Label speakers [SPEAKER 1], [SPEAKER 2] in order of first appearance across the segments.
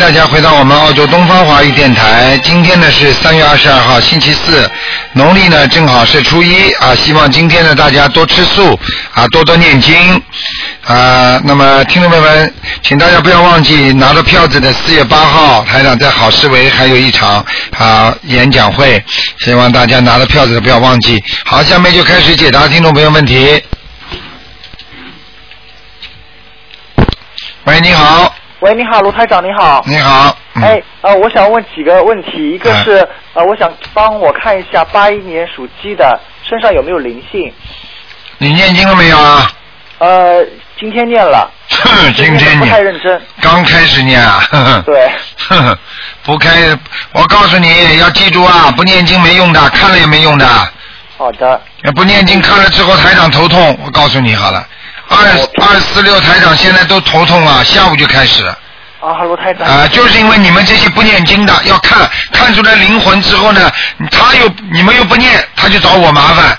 [SPEAKER 1] 大家回到我们澳洲东方华语电台。今天呢是三月二十二号，星期四，农历呢正好是初一啊。希望今天呢大家多吃素啊，多多念经啊。那么听众朋友们，请大家不要忘记拿到票子的四月八号，台长在好思维还有一场啊演讲会，希望大家拿到票子的不要忘记。好，下面就开始解答听众朋友问题。喂，你好，
[SPEAKER 2] 喂，你好，卢台长，你好。
[SPEAKER 1] 你好，嗯、
[SPEAKER 2] 哎，呃，我想问几个问题，一个
[SPEAKER 1] 哎
[SPEAKER 2] 是呃，我想帮我看一下八一年属鸡的身上有没有灵性。
[SPEAKER 1] 你念经了没有啊？
[SPEAKER 2] 呃，今天念了，
[SPEAKER 1] 哼，嗯今天
[SPEAKER 2] 不
[SPEAKER 1] 你
[SPEAKER 2] 太认真。
[SPEAKER 1] 刚开始念啊，呵呵
[SPEAKER 2] 对，
[SPEAKER 1] 呵呵， 不开，我告诉你要记住啊，不念经没用的，看了也没用的，
[SPEAKER 2] 好的，
[SPEAKER 1] 不念经看了之后台长头痛，我告诉你好了，二二四六台长现在都头痛了，下午就开始了
[SPEAKER 2] 啊，卢台长。
[SPEAKER 1] 啊、就是因为你们这些不念经的，要看看出来灵魂之后呢，他又你们又不念，他就找我麻烦，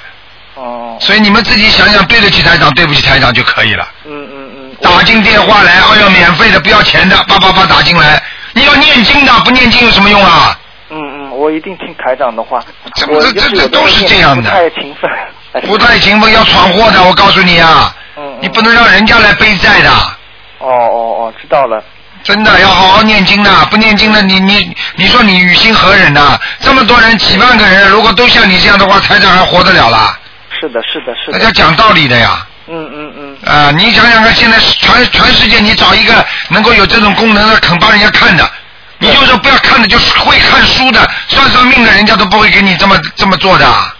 [SPEAKER 2] 哦、
[SPEAKER 1] 所以你们自己想想对得起台长，对不起台长就可以了。
[SPEAKER 2] 嗯嗯嗯，
[SPEAKER 1] 打进电话来，哎呦，免费的，不要钱的，叭叭叭打进来。你要念经的，不念经有什么用啊？
[SPEAKER 2] 嗯嗯，我一定听台长的话。
[SPEAKER 1] 这
[SPEAKER 2] 我
[SPEAKER 1] 这
[SPEAKER 2] 尤其
[SPEAKER 1] 这
[SPEAKER 2] 我
[SPEAKER 1] 都是
[SPEAKER 2] 念
[SPEAKER 1] 这样的
[SPEAKER 2] 不太勤奋。哎
[SPEAKER 1] 不太勤奋要闯祸的，我告诉你啊，
[SPEAKER 2] 嗯嗯
[SPEAKER 1] 你不能让人家来背债的。
[SPEAKER 2] 哦哦哦，知道了。
[SPEAKER 1] 真的要好好念经的，不念经的你你你说你于心何忍呐、这么多人，几万个人，如果都像你这样的话，台长还活得了啦？
[SPEAKER 2] 是的，是的，是
[SPEAKER 1] 那
[SPEAKER 2] 的。
[SPEAKER 1] 叫讲道理的呀！
[SPEAKER 2] 嗯嗯嗯，
[SPEAKER 1] 啊、你想想看，现在全全世界你找一个能够有这种功能的，肯帮人家看的，你就说不要看的，就是会看书的，算算命的，人家都不会给你这么这么做的。啊、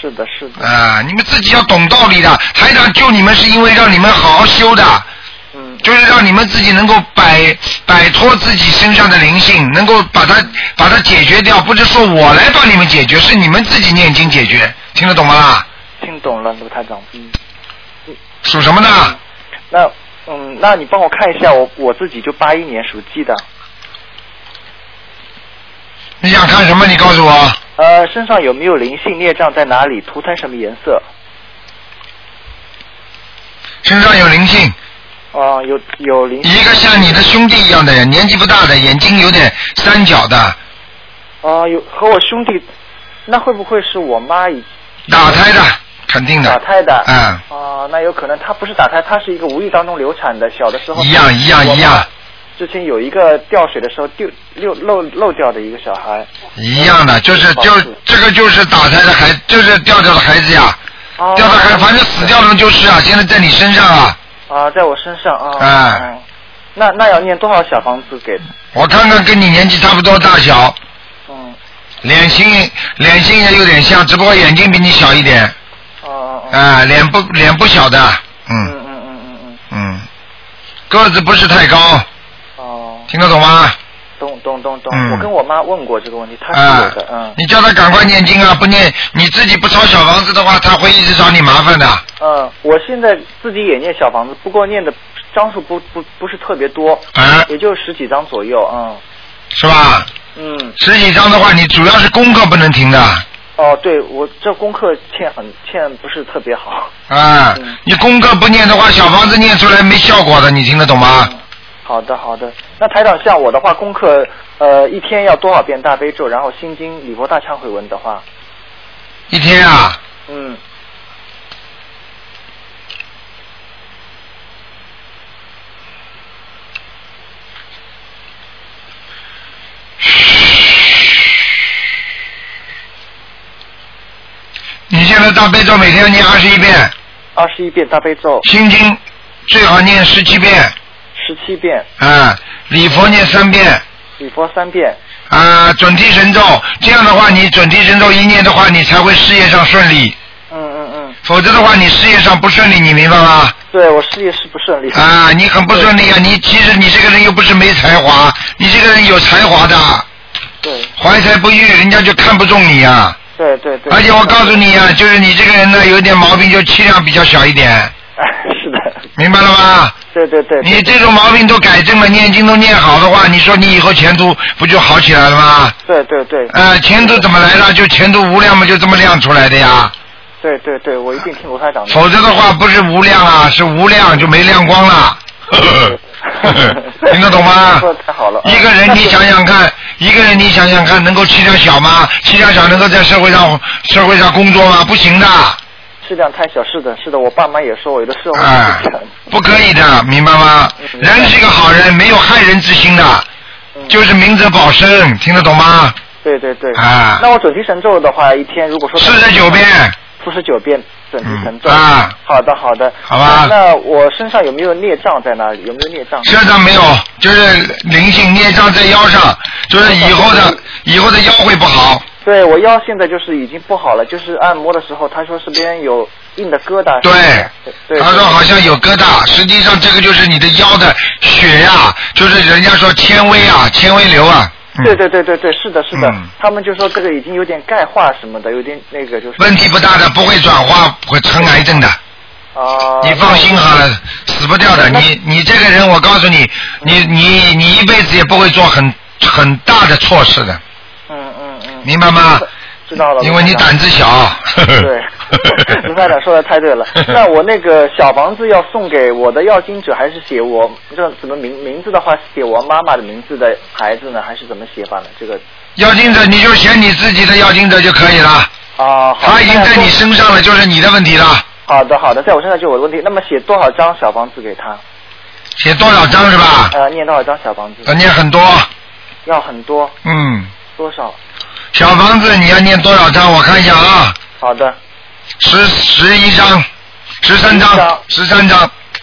[SPEAKER 2] 是的，是的。
[SPEAKER 1] 你们自己要懂道理的。台长救你们是因为让你们好好修的，
[SPEAKER 2] 嗯
[SPEAKER 1] 就是让你们自己能够摆摆脱自己身上的灵性，能够把它把它解决掉，不是说我来帮你们解决，是你们自己念经解决，听得懂吗啦？
[SPEAKER 2] 听懂了，卢台长。嗯。
[SPEAKER 1] 属什么的？
[SPEAKER 2] 那嗯，那你帮我看一下我我自己，就八一年属鸡的，
[SPEAKER 1] 你想看什么？你告诉我。
[SPEAKER 2] 呃，身上有没有灵性孽障在哪里？图腾什么颜色？
[SPEAKER 1] 身上有灵性，
[SPEAKER 2] 啊、有有灵性
[SPEAKER 1] 一个像你的兄弟一样的人，年纪不大的，眼睛有点三角的，
[SPEAKER 2] 啊、有和我兄弟，那会不会是我妈以
[SPEAKER 1] 打胎的，肯定的。
[SPEAKER 2] 打胎的？啊、
[SPEAKER 1] 嗯，
[SPEAKER 2] 那有可能她不是打胎，她是一个无意当中流产的，小的时候
[SPEAKER 1] 一样一样一样。
[SPEAKER 2] 之前有一个掉水的时候丢漏漏漏掉的一个小孩，
[SPEAKER 1] 一样的，就是
[SPEAKER 2] 保
[SPEAKER 1] 就
[SPEAKER 2] 护
[SPEAKER 1] 这个就是打胎的孩，就是掉掉的孩子呀，
[SPEAKER 2] 哦
[SPEAKER 1] 掉的孩，反正死掉的就是啊，现在在你身上啊，
[SPEAKER 2] 啊、在我身上啊，
[SPEAKER 1] 哎
[SPEAKER 2] 嗯那那要念多少小房子给？
[SPEAKER 1] 我看看跟你年纪差不多大小，
[SPEAKER 2] 嗯，
[SPEAKER 1] 脸型脸型也有点像，只不过眼睛比你小一点，
[SPEAKER 2] 哦哦哦，
[SPEAKER 1] 啊、脸不脸不小的，
[SPEAKER 2] 嗯
[SPEAKER 1] 嗯
[SPEAKER 2] 嗯嗯嗯嗯，
[SPEAKER 1] 嗯，个子不是太高，
[SPEAKER 2] 哦。
[SPEAKER 1] 听得懂吗？
[SPEAKER 2] 懂懂懂懂
[SPEAKER 1] 嗯，
[SPEAKER 2] 我跟我妈问过这个问题，她是
[SPEAKER 1] 啊
[SPEAKER 2] 有的，，嗯
[SPEAKER 1] 你叫他赶快念经啊！不念，你自己不抄小房子的话，他会一直找你麻烦的。
[SPEAKER 2] 嗯，我现在自己也念小房子，不过念的张数不不不是特别多，
[SPEAKER 1] 啊，
[SPEAKER 2] 也就十几张左右，嗯
[SPEAKER 1] 是吧？
[SPEAKER 2] 嗯，
[SPEAKER 1] 十几张的话，你主要是功课不能停的
[SPEAKER 2] 哦，对我这功课欠很欠不是特别好，
[SPEAKER 1] 啊
[SPEAKER 2] 嗯！
[SPEAKER 1] 你功课不念的话，小房子念出来没效果的，你听得懂吗？
[SPEAKER 2] 好的好的，那台长像我的话，功课呃一天要多少遍大悲咒，然后心经、礼佛大忏悔文的话，
[SPEAKER 1] 一天啊，
[SPEAKER 2] 嗯，
[SPEAKER 1] 你现在大悲咒每天要念二十一遍，
[SPEAKER 2] 二十一遍大悲咒，
[SPEAKER 1] 心经最好念十七遍，
[SPEAKER 2] 十七遍，
[SPEAKER 1] 啊，礼佛念三遍，
[SPEAKER 2] 礼佛三遍，
[SPEAKER 1] 啊，准提神咒。这样的话，你准提神咒一念的话，你才会事业上顺利。
[SPEAKER 2] 嗯嗯嗯，
[SPEAKER 1] 否则的话，你事业上不顺利，你明白吗？
[SPEAKER 2] 对我事业是不顺利，
[SPEAKER 1] 啊，你很不顺利啊！你其实你这个人又不是没才华，你这个人有才华的，
[SPEAKER 2] 对
[SPEAKER 1] 怀才不遇，人家就看不中你啊。
[SPEAKER 2] 对对对，
[SPEAKER 1] 而且我告诉你啊，就是你这个人呢，有点毛病，就气量比较小一点，
[SPEAKER 2] 哎， 是的，
[SPEAKER 1] 明白了吗？
[SPEAKER 2] 对对对，
[SPEAKER 1] 你这种毛病都改正了，念经都念好的话，你说你以后前途不就好起来了吗？
[SPEAKER 2] 对对对
[SPEAKER 1] 呃，前途怎么来的？就前途无量嘛，就这么亮出来的呀。
[SPEAKER 2] 对对对，我一定听卢台长的。
[SPEAKER 1] 否则的话，不是无量啊，是无量就没亮光了。听得懂吗
[SPEAKER 2] 说得太好了？
[SPEAKER 1] 一个人，
[SPEAKER 2] 嗯
[SPEAKER 1] 你想想看，一个人，你想想看，能够气量小吗？气量小能够在社会上社会上工作吗？不行的，
[SPEAKER 2] 质量太小，是的，是的，我爸妈也说我有的时候会
[SPEAKER 1] 哎
[SPEAKER 2] 这样。，
[SPEAKER 1] 不可以的，明白吗？
[SPEAKER 2] 嗯
[SPEAKER 1] 人是一个好人，没有害人之心的，
[SPEAKER 2] 嗯
[SPEAKER 1] 就是明哲保身，听得懂吗？
[SPEAKER 2] 对对对。
[SPEAKER 1] 啊
[SPEAKER 2] 那我准提神咒的话，一天如果说
[SPEAKER 1] 四十九遍，
[SPEAKER 2] 四十九遍准提神咒。
[SPEAKER 1] 嗯啊。
[SPEAKER 2] 好的好的。
[SPEAKER 1] 好吧
[SPEAKER 2] 那我身上有没有孽障在哪里？有没有孽障？
[SPEAKER 1] 身上没有，就是灵性孽障在腰上，就是以后的以后的腰会不好。
[SPEAKER 2] 对我腰现在就是已经不好了，就是按摩的时候，他说是边有硬的疙瘩。
[SPEAKER 1] 对
[SPEAKER 2] 对对。
[SPEAKER 1] 他说好像有疙瘩，实际上这个就是你的腰的血呀、就是人家说纤维啊、纤维瘤啊。嗯
[SPEAKER 2] 对对对对对，是的，是的，
[SPEAKER 1] 嗯
[SPEAKER 2] 他们就说这个已经有点钙化什么的，有点那个就是
[SPEAKER 1] 问题不大的，不会转化，会成癌症的。
[SPEAKER 2] 啊。
[SPEAKER 1] 你放心好了，死不掉的。
[SPEAKER 2] 那
[SPEAKER 1] 你你这个人，我告诉你，你你你一辈子也不会做很很大的错事的，
[SPEAKER 2] 嗯嗯嗯，
[SPEAKER 1] 明白吗？
[SPEAKER 2] 知道了。
[SPEAKER 1] 因为你
[SPEAKER 2] 明白了
[SPEAKER 1] 胆子小。
[SPEAKER 2] 对，卢台长说的太对了。那我那个小房子要送给我的要经者，还是写我这怎么名名字的话，写我妈妈的名字的孩子呢，还是怎么写法呢？这个
[SPEAKER 1] 要精者，你就选你自己的要精者就可以了。
[SPEAKER 2] 啊，好
[SPEAKER 1] 他已经在你身上了，就是你的问题了。
[SPEAKER 2] 好的好的，在我身上就有我的问题。那么写多少张小房子给他？
[SPEAKER 1] 写多少张是吧？
[SPEAKER 2] 呃，念多少张小房子？
[SPEAKER 1] 要念很多。
[SPEAKER 2] 要很多
[SPEAKER 1] 嗯，
[SPEAKER 2] 多少？
[SPEAKER 1] 小房子你要念多少张？我看一下啊，
[SPEAKER 2] 好的，
[SPEAKER 1] 十十一张，十三张，十三张，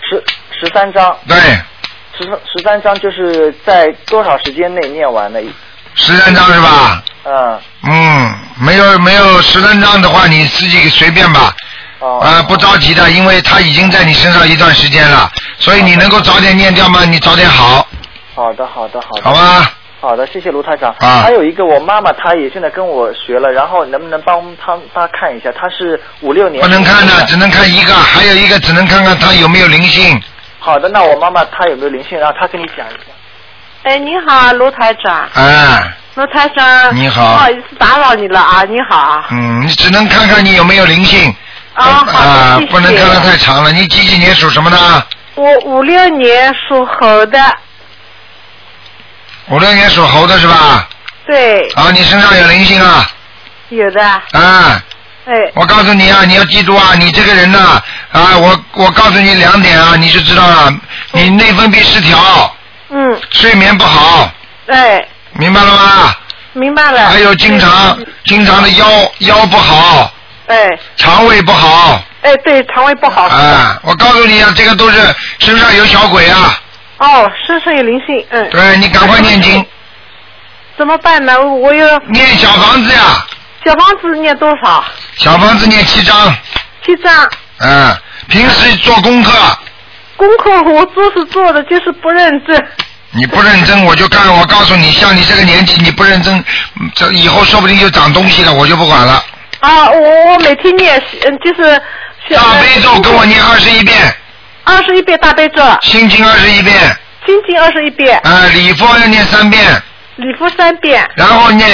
[SPEAKER 2] 十十三张，
[SPEAKER 1] 对，
[SPEAKER 2] 十十三张就是在多少时间内念完的？
[SPEAKER 1] 十三张是吧？
[SPEAKER 2] 嗯，
[SPEAKER 1] 嗯，没有没有十三张的话，你自己随便吧。
[SPEAKER 2] 哦，
[SPEAKER 1] 啊、不着急的，因为他已经在你身上一段时间了，所以你能够早点念掉吗？你早点好，
[SPEAKER 2] 好的好的好的
[SPEAKER 1] 好。吧？
[SPEAKER 2] 好的，谢谢卢台长。
[SPEAKER 1] 啊
[SPEAKER 2] 还有一个，我妈妈她也现在跟我学了，然后能不能帮她她看一下？她是五六年。
[SPEAKER 1] 不能看
[SPEAKER 2] 啊
[SPEAKER 1] 的，只能看一个，还有一个只能看看他有没有灵性。
[SPEAKER 2] 好的，那我妈妈她有没有灵性？让她跟你讲一下。
[SPEAKER 3] 哎，你好，卢台长，
[SPEAKER 1] 哎，
[SPEAKER 3] 卢台长，
[SPEAKER 1] 你好
[SPEAKER 3] 不好意思打扰你了啊，你好啊，
[SPEAKER 1] 嗯，你只能看看你有没有灵性。
[SPEAKER 3] 啊
[SPEAKER 1] 啊、
[SPEAKER 3] 好的，谢谢。
[SPEAKER 1] 不能看得太长了。你几几年属什么的？
[SPEAKER 3] 我五六年属猴的，
[SPEAKER 1] 五六年属猴的是吧？
[SPEAKER 3] 对，
[SPEAKER 1] 啊，你身上有灵性啊！
[SPEAKER 3] 有的，
[SPEAKER 1] 啊，
[SPEAKER 3] 哎，
[SPEAKER 1] 我告诉你啊，你要记住啊，你这个人呐、啊，我我告诉你两点啊，你就知道了，你内分泌失调，
[SPEAKER 3] 嗯，
[SPEAKER 1] 睡眠不好，
[SPEAKER 3] 哎，
[SPEAKER 1] 明白了吗？
[SPEAKER 3] 明白了。
[SPEAKER 1] 还有经常
[SPEAKER 3] 嗯
[SPEAKER 1] 经常的腰腰不好，
[SPEAKER 3] 哎
[SPEAKER 1] 肠胃不好，
[SPEAKER 3] 哎，对，肠胃不好。
[SPEAKER 1] 啊，我告诉你啊，这个都是身上有小鬼啊，
[SPEAKER 3] 哦，身上有灵性，嗯，
[SPEAKER 1] 对你赶快念经，
[SPEAKER 3] 怎么办呢？我有
[SPEAKER 1] 念小房子呀、
[SPEAKER 3] 小房子念多少？
[SPEAKER 1] 小房子念七章，
[SPEAKER 3] 七张。
[SPEAKER 1] 嗯，平时做功课
[SPEAKER 3] 功课我做是做的，就是不认真。
[SPEAKER 1] 你不认真，我就干。我告诉你，像你这个年纪，你不认真，嗯这以后说不定就长东西了，我就不管了。
[SPEAKER 3] 啊，我我每天念，嗯，就是
[SPEAKER 1] 大悲咒跟我念二十一遍，
[SPEAKER 3] 二十一遍大悲咒，
[SPEAKER 1] 心经二十一遍，
[SPEAKER 3] 心经二十一遍，
[SPEAKER 1] 啊，礼佛要念三遍，
[SPEAKER 3] 礼佛三遍，
[SPEAKER 1] 然后念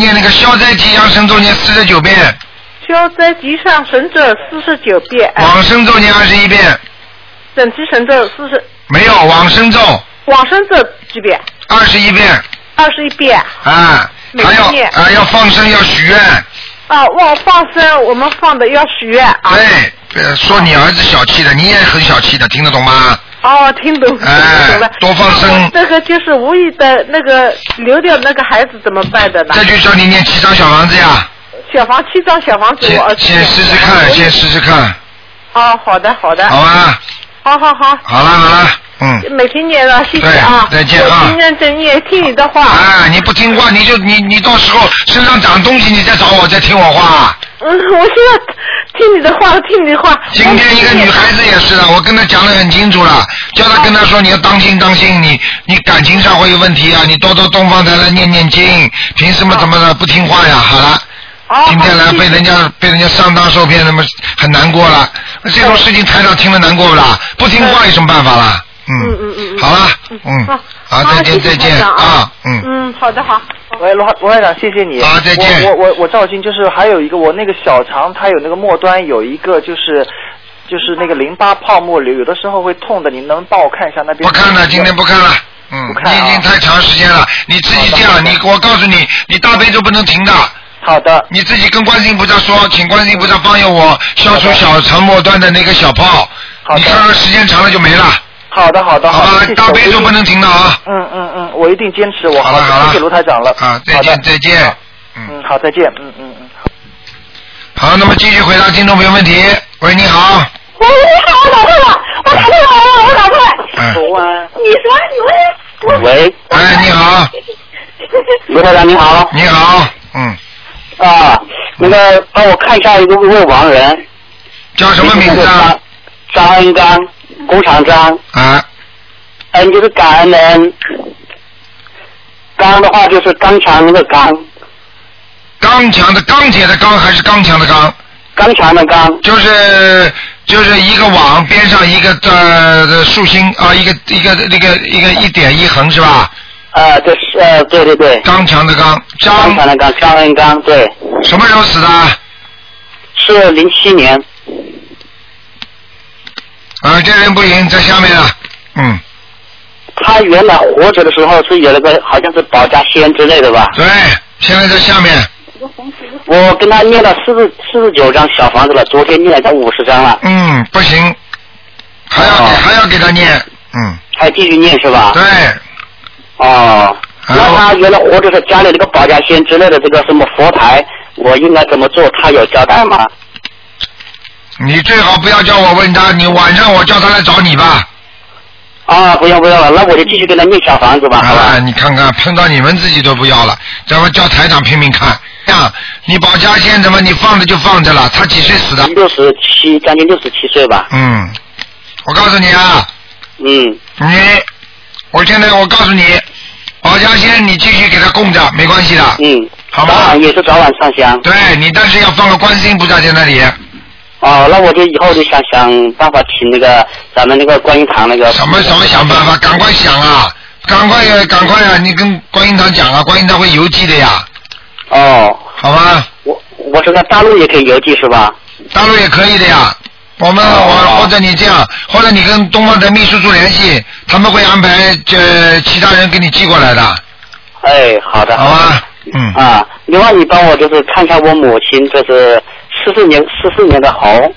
[SPEAKER 1] 念那个消灾吉祥神咒念四十九遍，
[SPEAKER 3] 消灾吉祥神咒四十九遍，哎
[SPEAKER 1] 往生咒念二十一遍，
[SPEAKER 3] 整齐神咒四十，
[SPEAKER 1] 没有往生咒
[SPEAKER 3] 往生咒几遍？
[SPEAKER 1] 二十一遍，
[SPEAKER 3] 二十一遍。
[SPEAKER 1] 啊，
[SPEAKER 3] 每
[SPEAKER 1] 还要
[SPEAKER 3] 天念
[SPEAKER 1] 啊要放生要许愿，
[SPEAKER 3] 啊，我放生，我们放的要许愿啊。
[SPEAKER 1] 对，呃说你儿子小气的，你也很小气的，听得懂吗？
[SPEAKER 3] 哦，听懂，听
[SPEAKER 1] 哎
[SPEAKER 3] 懂了。
[SPEAKER 1] 多放生
[SPEAKER 3] 那我这个就是无意的那个流掉那个孩子怎么办的呢？
[SPEAKER 1] 这就叫你念七张小房子呀。
[SPEAKER 3] 小房七张小房子，我儿
[SPEAKER 1] 先先
[SPEAKER 3] 子
[SPEAKER 1] 试试看，先试试看，
[SPEAKER 3] 哦，好的好的，
[SPEAKER 1] 好吧？
[SPEAKER 3] 好好好，
[SPEAKER 1] 好了好了，嗯。
[SPEAKER 3] 每天念了，谢谢
[SPEAKER 1] 对
[SPEAKER 3] 啊，
[SPEAKER 1] 再见啊
[SPEAKER 3] 我听认真念，听你的话。
[SPEAKER 1] 啊，你不听话，你就你你到时候身上长东西，你再找我，再听我话。
[SPEAKER 3] 嗯， 我现在听你的话，听你的话。
[SPEAKER 1] 今天一个女孩子也是的，我跟她讲的很清楚了，叫她跟她说你要当心当心，你你感情上会有问题啊，你多多东方台来念念经，凭什么怎么的不听话呀？好了，
[SPEAKER 3] 哦，
[SPEAKER 1] 今天来
[SPEAKER 3] 好
[SPEAKER 1] 被人家被人家上当受骗，那么很难过了。那这种事情台长听了难过不啦？不听话有什么办法啦？嗯
[SPEAKER 3] 嗯嗯嗯嗯
[SPEAKER 1] 好了，
[SPEAKER 3] 好
[SPEAKER 1] 嗯，好，再见
[SPEAKER 3] 谢
[SPEAKER 1] 再
[SPEAKER 3] 谢
[SPEAKER 1] 见
[SPEAKER 3] 台长
[SPEAKER 1] 啊，嗯。
[SPEAKER 3] 嗯，好的好。
[SPEAKER 2] 喂，罗罗院长，谢谢你。
[SPEAKER 1] 啊好再见
[SPEAKER 2] 我我我我赵军，就是还有一个我那个小肠，它有那个末端有一个就是就是那个淋巴泡沫瘤，有的时候会痛的，你能帮我看一下那边？
[SPEAKER 1] 不看了，今天不看了。嗯，
[SPEAKER 2] 不看
[SPEAKER 1] 你
[SPEAKER 2] 啊
[SPEAKER 1] 已经太长时间了，你自己这
[SPEAKER 2] 好
[SPEAKER 1] 样，
[SPEAKER 2] 的
[SPEAKER 1] 你我告诉你，你大悲咒不能停的，
[SPEAKER 2] 好的，
[SPEAKER 1] 你自己跟观世音菩萨说，请观世音菩萨帮佑我消除
[SPEAKER 2] 好
[SPEAKER 1] 小
[SPEAKER 2] 的
[SPEAKER 1] 肠末端的那个小泡，
[SPEAKER 2] 好的
[SPEAKER 1] 你看看时间长了就没了，
[SPEAKER 2] 好的，好的，
[SPEAKER 1] 好
[SPEAKER 2] 的
[SPEAKER 1] 吧
[SPEAKER 2] 谢谢，
[SPEAKER 1] 大悲咒
[SPEAKER 2] 我一定
[SPEAKER 1] 不能停的啊，
[SPEAKER 2] 嗯嗯嗯，我一定坚持。我
[SPEAKER 1] 好了好了
[SPEAKER 2] 谢谢卢台长了。
[SPEAKER 1] 啊，再
[SPEAKER 2] 好的
[SPEAKER 1] 见再见，嗯，
[SPEAKER 2] 嗯，好，再见。嗯嗯嗯。
[SPEAKER 1] 好，那么继续回答听众朋友问题，喂，你好，
[SPEAKER 4] 哎
[SPEAKER 5] 喂，你好，我打通了，我打通了，我我打通了。
[SPEAKER 1] 嗯，
[SPEAKER 5] 你说你问我
[SPEAKER 6] 喂，
[SPEAKER 1] 哎，你好，
[SPEAKER 6] 刘台长你好
[SPEAKER 1] 你好，嗯，
[SPEAKER 6] 啊，那个帮我看一下一个位亡人，
[SPEAKER 1] 叫什么名字啊？？
[SPEAKER 6] 张恩刚，工厂张，
[SPEAKER 1] 啊，
[SPEAKER 6] 恩就是感恩的恩，刚的话就是刚强那个刚，
[SPEAKER 1] 刚强的钢铁的钢还是刚强的钢？
[SPEAKER 6] 刚强的刚，
[SPEAKER 1] 就是就是一个网边上一个呃的竖心啊、一个一个那个一个一点一横是吧？
[SPEAKER 6] 呃，这是呃，对对对，
[SPEAKER 1] 刚强的刚，
[SPEAKER 6] 刚
[SPEAKER 1] 张
[SPEAKER 6] 强的刚，张恩刚，对，
[SPEAKER 1] 什么时候死的？
[SPEAKER 6] 是零七年，
[SPEAKER 1] 啊，这人不行，在下面了。嗯，
[SPEAKER 6] 他原来活着的时候是有了个好像是保家仙之类的吧，
[SPEAKER 1] 对，现在在下面。
[SPEAKER 6] 我跟他念了四十四十九张小房子了，昨天念了到五十张了，
[SPEAKER 1] 嗯，不行，还要给、
[SPEAKER 6] 哦
[SPEAKER 1] 还要给他念。嗯，
[SPEAKER 6] 还继续念是吧？
[SPEAKER 1] 对，
[SPEAKER 6] 哦，
[SPEAKER 1] 然
[SPEAKER 6] 那
[SPEAKER 1] 后
[SPEAKER 6] 他原来活着是家里那个保家仙之类的这个什么佛台，我应该怎么做？他有交代吗？
[SPEAKER 1] 你最好不要叫我问他，你晚上我叫他来找你吧。
[SPEAKER 6] 啊，不用不用了，那我就继续跟他念小房子吧，好
[SPEAKER 1] 啊，
[SPEAKER 6] 吧？
[SPEAKER 1] 你看看，碰到你们自己都不要了，咱们叫台长拼命看。这样，你保家仙怎么你放着就放着了？他几岁死的？
[SPEAKER 6] 六十七，将近六十七岁吧。
[SPEAKER 1] 嗯，我告诉你啊，
[SPEAKER 6] 嗯，
[SPEAKER 1] 你，我现在我告诉你，保家仙你继续给他供着，没关系的，
[SPEAKER 6] 嗯，
[SPEAKER 1] 好
[SPEAKER 6] 早
[SPEAKER 1] 吗？
[SPEAKER 6] 晚也是早晚上香。
[SPEAKER 1] 对你，但是要放个观世音菩萨在那里，
[SPEAKER 6] 哦，那我就以后就想想办法请那个咱们那个观音堂那个。
[SPEAKER 1] 什么什么想办法，赶快想啊，赶快呀，赶快呀，你跟观音堂讲啊，观音堂会邮寄的呀，
[SPEAKER 6] 哦，
[SPEAKER 1] 好吗？
[SPEAKER 6] 我我是在大陆也可以邮寄是吧？
[SPEAKER 1] 大陆也可以的呀。我们我
[SPEAKER 6] 哦
[SPEAKER 1] 或者你这样，或者你跟东方台秘书处联系，他们会安排这其他人给你寄过来的，
[SPEAKER 6] 哎，好的。
[SPEAKER 1] 好吧？嗯，
[SPEAKER 6] 啊，另外你帮我就是看一下我母亲，就是四四年四四年的猴，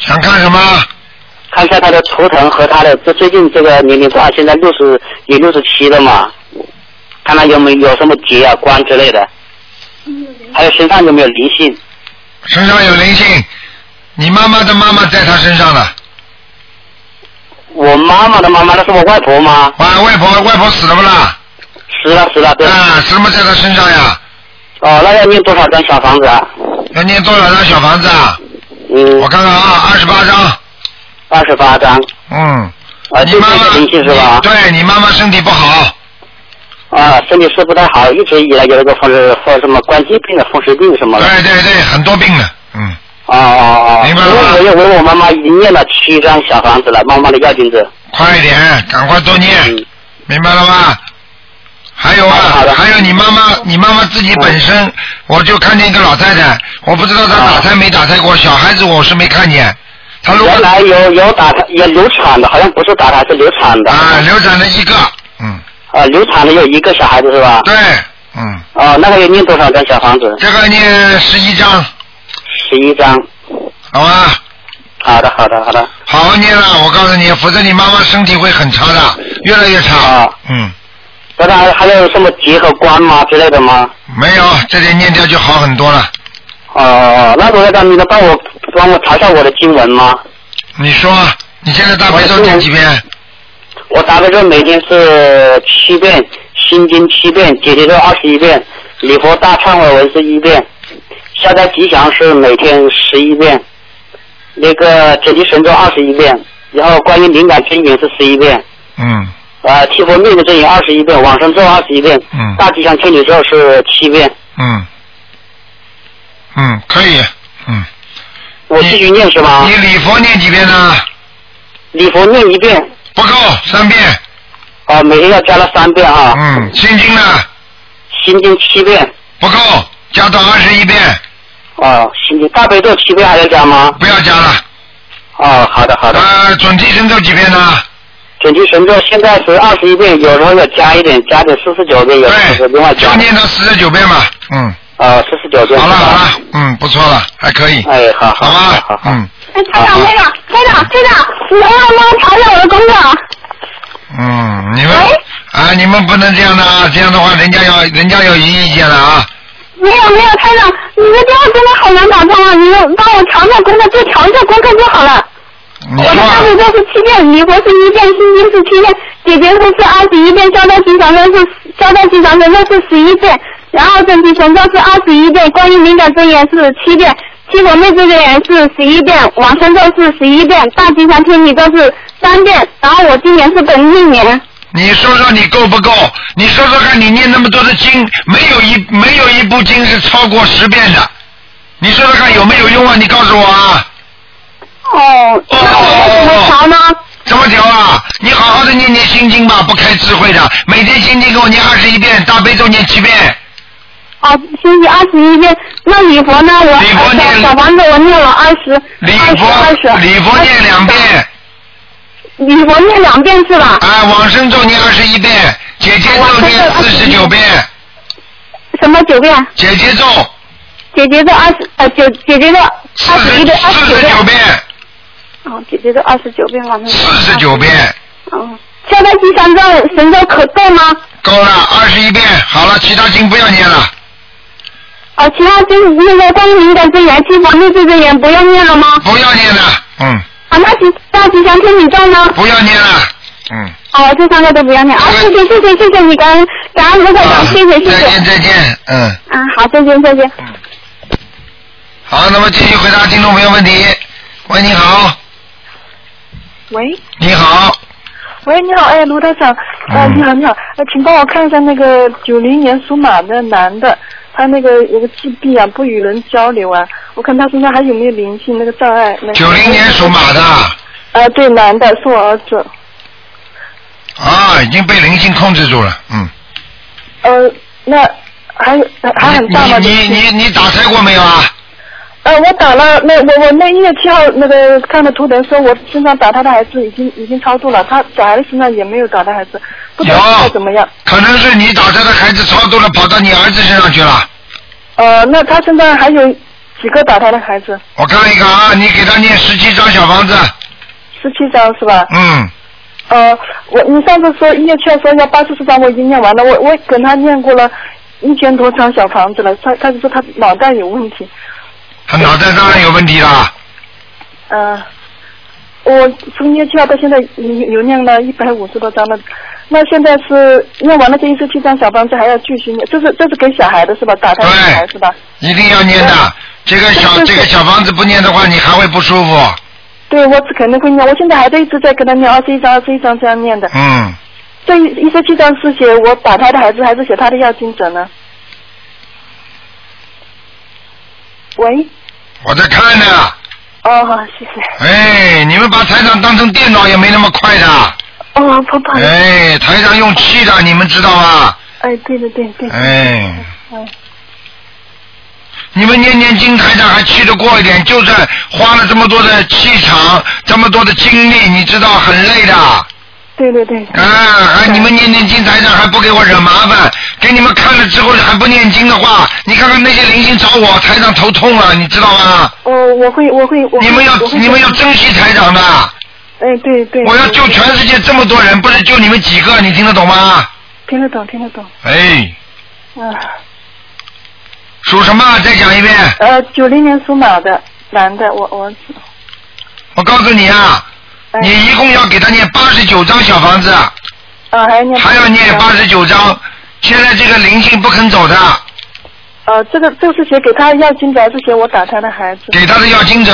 [SPEAKER 1] 想看什么？
[SPEAKER 6] 看一下她的图腾和她的这最近这个年龄段，现在六十也六十七了嘛，看她有没有有什么结啊、关之类的，还有身上有没有灵性？
[SPEAKER 1] 身上有灵性，你妈妈的妈妈在她身上了。
[SPEAKER 6] 我妈妈的妈妈，那是我外婆吗？
[SPEAKER 1] 啊，外婆外婆死了不啦？
[SPEAKER 6] 死了死了，对。
[SPEAKER 1] 啊，什么在她身上呀？
[SPEAKER 6] 哦，那要念多少张小房子啊？
[SPEAKER 1] 要念多少张小房子啊？
[SPEAKER 6] 嗯
[SPEAKER 1] 我，看看啊，二十八张。
[SPEAKER 6] 二十八张。
[SPEAKER 1] 嗯，
[SPEAKER 6] 啊，
[SPEAKER 1] 你
[SPEAKER 6] 就是
[SPEAKER 1] 妈
[SPEAKER 6] 这
[SPEAKER 1] 妈
[SPEAKER 6] 个灵性是吧
[SPEAKER 1] 你？对你妈妈身体不好，
[SPEAKER 6] 啊，身体是不太好，一直以来有那个风湿或什么关节病啊的风湿病什么的。
[SPEAKER 1] 对对对，很多病的。嗯，
[SPEAKER 6] 哦哦哦，
[SPEAKER 1] 明白了
[SPEAKER 6] 因
[SPEAKER 1] 吗
[SPEAKER 6] 为我也为我妈妈已经念了七张小房子了，妈妈的药精子。
[SPEAKER 1] 快一点，赶快多念，
[SPEAKER 6] 嗯，
[SPEAKER 1] 明白了吗？还有
[SPEAKER 6] 好的好
[SPEAKER 1] 啊，
[SPEAKER 6] 的嗯
[SPEAKER 1] 还有你妈妈，你妈妈自己本身，我就看见一个老太太，我不知道她
[SPEAKER 6] 啊
[SPEAKER 1] 打胎没打胎过，小孩子我是没看见。她如果
[SPEAKER 6] 原来有有打胎，有流产的，好像不是打胎是流产的。
[SPEAKER 1] 啊，流产了一个，嗯，
[SPEAKER 6] 啊，流产的有一个小孩子是吧？
[SPEAKER 1] 对，嗯，
[SPEAKER 6] 哦，那个要念多少张小房子？
[SPEAKER 1] 这个念十一章，
[SPEAKER 6] 十一张。
[SPEAKER 1] 好吧？
[SPEAKER 6] 好的，好的，好的。
[SPEAKER 1] 好好念了，我告诉你，否则你妈妈身体会很差的，越来越差
[SPEAKER 6] 啊。
[SPEAKER 1] 嗯，
[SPEAKER 6] 那他还有什么结和关吗之类的吗？
[SPEAKER 1] 没有，这点念掉就好很多了。
[SPEAKER 6] 哦哦，哦那罗院长，你能帮我帮我查一下我的经文吗？
[SPEAKER 1] 你说，你现在大悲咒念几遍？
[SPEAKER 6] 我大悲咒每天是七遍，心经七遍，解结咒二十一遍，礼佛大忏悔文是一遍，消灾吉祥是每天十一遍，那个准提神咒二十一遍，然后关于灵感真言是十一遍，
[SPEAKER 1] 嗯，
[SPEAKER 6] 呃，替佛灭的真言二十一遍，往生咒二十一遍，
[SPEAKER 1] 嗯
[SPEAKER 6] 大吉祥天女咒是七遍，
[SPEAKER 1] 嗯，嗯，可以。嗯，
[SPEAKER 6] 我继续念是吗
[SPEAKER 1] 你？礼佛念几遍呢？
[SPEAKER 6] 礼佛念一遍，
[SPEAKER 1] 不够，三遍。
[SPEAKER 6] 啊、每天要加了三遍啊，
[SPEAKER 1] 嗯，心经呢？
[SPEAKER 6] 心经七遍，
[SPEAKER 1] 不够，加到二十一遍，
[SPEAKER 6] 啊、心经大悲咒七遍还要加吗？
[SPEAKER 1] 不要加了。
[SPEAKER 6] 哦，好的好的。
[SPEAKER 1] 啊，准提神咒几遍呢？
[SPEAKER 6] 准提神咒现在是二十一遍，有时候要加一点，加点四十九遍，有时候是另外
[SPEAKER 1] 对，
[SPEAKER 6] 加
[SPEAKER 1] 就。念到四十九遍吧。嗯，
[SPEAKER 6] 啊，四十九遍。
[SPEAKER 1] 好了
[SPEAKER 6] 是吧
[SPEAKER 1] 好了，嗯，不错了，还可以，
[SPEAKER 6] 哎，好好
[SPEAKER 1] 好
[SPEAKER 6] 好
[SPEAKER 1] 吧？
[SPEAKER 6] 好。
[SPEAKER 1] 嗯
[SPEAKER 4] 哎，台长，台长，台长，台长，你能不能调整我的工作？
[SPEAKER 1] 嗯，你们
[SPEAKER 4] 喂
[SPEAKER 1] 啊，你们不能这样的啊，这样的话人家要人家要有意见了啊。
[SPEAKER 4] 没有没有，台长，你的电话真的好难打通啊！你能帮我调整工作，就调一下工作就好了。
[SPEAKER 1] 你
[SPEAKER 4] 我的大
[SPEAKER 1] 说
[SPEAKER 4] 悲咒是七遍，离佛是一遍，心经是七遍，姐姐咒是二十一遍，消灾吉祥咒是消灾吉祥神咒是十一遍，然后整体神咒是二十一遍，观音灵感真言是七遍，七佛灭罪真言是十一遍，往生咒是十一遍，大吉祥天女咒是三遍，然后我今年是本命年，
[SPEAKER 1] 你说说你够不够？你说说看，你念那么多的经，没有一没有一部经是超过十遍的。你说说看有没有用啊？你告诉我啊，
[SPEAKER 4] 哦，那我该怎么调呢？
[SPEAKER 1] 怎么调啊？你好好的念念心经吧，不开智慧的，每天心经给我念二十一遍，大悲咒念七遍，
[SPEAKER 4] 哦，星期二十一遍，那礼佛呢？我
[SPEAKER 1] 礼佛念
[SPEAKER 4] 小小房子我念了二十，
[SPEAKER 1] 礼
[SPEAKER 4] 二十二
[SPEAKER 1] 佛
[SPEAKER 4] 十，
[SPEAKER 1] 礼佛念两遍，
[SPEAKER 4] 礼佛念两遍是吧？
[SPEAKER 1] 啊，往生咒念二十一遍，姐姐咒念四十九遍，
[SPEAKER 4] 什么九遍？
[SPEAKER 1] 姐姐咒
[SPEAKER 4] 姐姐的二十呃九姐姐的
[SPEAKER 1] 四
[SPEAKER 4] 二十一
[SPEAKER 1] 十
[SPEAKER 4] 遍二
[SPEAKER 1] 四
[SPEAKER 4] 十九
[SPEAKER 1] 十
[SPEAKER 4] 遍
[SPEAKER 1] 九遍，
[SPEAKER 4] 嗯哦，姐姐的二十九遍完了。
[SPEAKER 1] 四十九遍
[SPEAKER 4] 嗯，现在吉祥咒神咒可够吗？
[SPEAKER 1] 够了，二十一遍好了，其他经不要念了。
[SPEAKER 4] 哦，其他经那个关于灵感真言、七佛灭罪真言不用念了吗？
[SPEAKER 1] 不要念了，嗯，
[SPEAKER 4] 啊，那吉那吉祥天女咒呢？
[SPEAKER 1] 不要念了，嗯。
[SPEAKER 4] 哦，这三个都不要念。啊，谢谢谢谢谢谢你感恩感恩卢台长，谢谢谢
[SPEAKER 1] 啊再见
[SPEAKER 4] 谢。
[SPEAKER 1] 再见，嗯。
[SPEAKER 4] 啊，好，再见再见。
[SPEAKER 1] 好，那么继续回答听众朋友问题。喂，你好，
[SPEAKER 3] 喂，
[SPEAKER 1] 你好，
[SPEAKER 3] 喂，你好，哎，卢台长，啊，
[SPEAKER 1] 嗯
[SPEAKER 3] 你好，你好，呃，请帮我看一下那个九零年属马的男的，他那个有个自闭啊，不与人交流啊，我看他身上还有没有灵性那个障碍。那个
[SPEAKER 1] 九零年属马的
[SPEAKER 3] 呃，对，男的是我儿子，
[SPEAKER 1] 啊，已经被灵性控制住了，嗯。
[SPEAKER 3] 呃，那还有还还很大吗？
[SPEAKER 1] 你你
[SPEAKER 3] 灵性
[SPEAKER 1] 你你打胎过没有啊？
[SPEAKER 3] 呃，我打了，那我我那一月七号那个看的图腾说，我身上打他的孩子已经已经超度了，他小孩子身上也没有打他孩子，不知道现在怎么样。
[SPEAKER 1] 可能是你打胎的孩子超度了，跑到你儿子身上去了。
[SPEAKER 3] 呃，那他身上还有几个打他的孩子？
[SPEAKER 1] 我看一看啊，你给他念十七张小房子，
[SPEAKER 3] 十七张是吧？
[SPEAKER 1] 嗯，
[SPEAKER 3] 呃，我你上次说一月七号说要八十四张，我已经念完了，我我跟他念过了一千多张小房子了，他他就说他脑袋有问题，
[SPEAKER 1] 他脑袋当然有问题了。
[SPEAKER 3] 呃，我从一月七号到现在有有念了一百五十多张了，那现在是念完了这一十七张小房子还要继续念，这是这是给小孩的是吧？打胎给小孩
[SPEAKER 1] 对
[SPEAKER 3] 是吧？
[SPEAKER 1] 一定要念的。这个小这个小房子不念的话，你还会不舒服。
[SPEAKER 3] 对，我肯定会念，我现在还在一直在跟他念二十一张、二十一张这样念的。
[SPEAKER 1] 嗯，
[SPEAKER 3] 这一十七张是写我打胎的孩子，还是写他的要经者呢？喂，
[SPEAKER 1] 我在看呢。
[SPEAKER 3] 哦，好，谢谢。
[SPEAKER 1] 哎，你们把台长当成电脑也没那么快的。
[SPEAKER 3] 哦，不不好意思，
[SPEAKER 1] 哎，台长用气的，你们知道吗？
[SPEAKER 3] 哎，对的对对，
[SPEAKER 1] 哎，
[SPEAKER 3] 嗯，
[SPEAKER 1] 你们念念经，台长还气得过一点，就算花了这么多的气场，这么多的精力，你知道很累的。
[SPEAKER 3] 对对对，
[SPEAKER 1] 啊，还你们念念经，台长还不给我惹麻烦，给你们看了之后还不念经的话，你看看那些灵性找我，台长头痛了，你知道吗？
[SPEAKER 3] 哦，我会我会我会
[SPEAKER 1] 你们要
[SPEAKER 3] 我会
[SPEAKER 1] 你们要珍惜台长的，
[SPEAKER 3] 哎，对对，
[SPEAKER 1] 我要救全世界这么多人，不是救你们几个，你听得懂吗？
[SPEAKER 3] 听得懂听得懂，
[SPEAKER 1] 哎，
[SPEAKER 3] 嗯，
[SPEAKER 1] 属什么？啊再讲一遍。
[SPEAKER 3] 呃，九零年属马的男的，我我，
[SPEAKER 1] 我告诉你啊，
[SPEAKER 3] 哎，
[SPEAKER 1] 你一共要给他念八十九张小房子，
[SPEAKER 3] 啊还要念
[SPEAKER 1] 还要念八，十九
[SPEAKER 3] 嗯
[SPEAKER 1] 张。现在这个灵性不肯走的，
[SPEAKER 3] 呃，这个这个是写给他要经者，还是写我打胎的孩子？
[SPEAKER 1] 给他的要经者，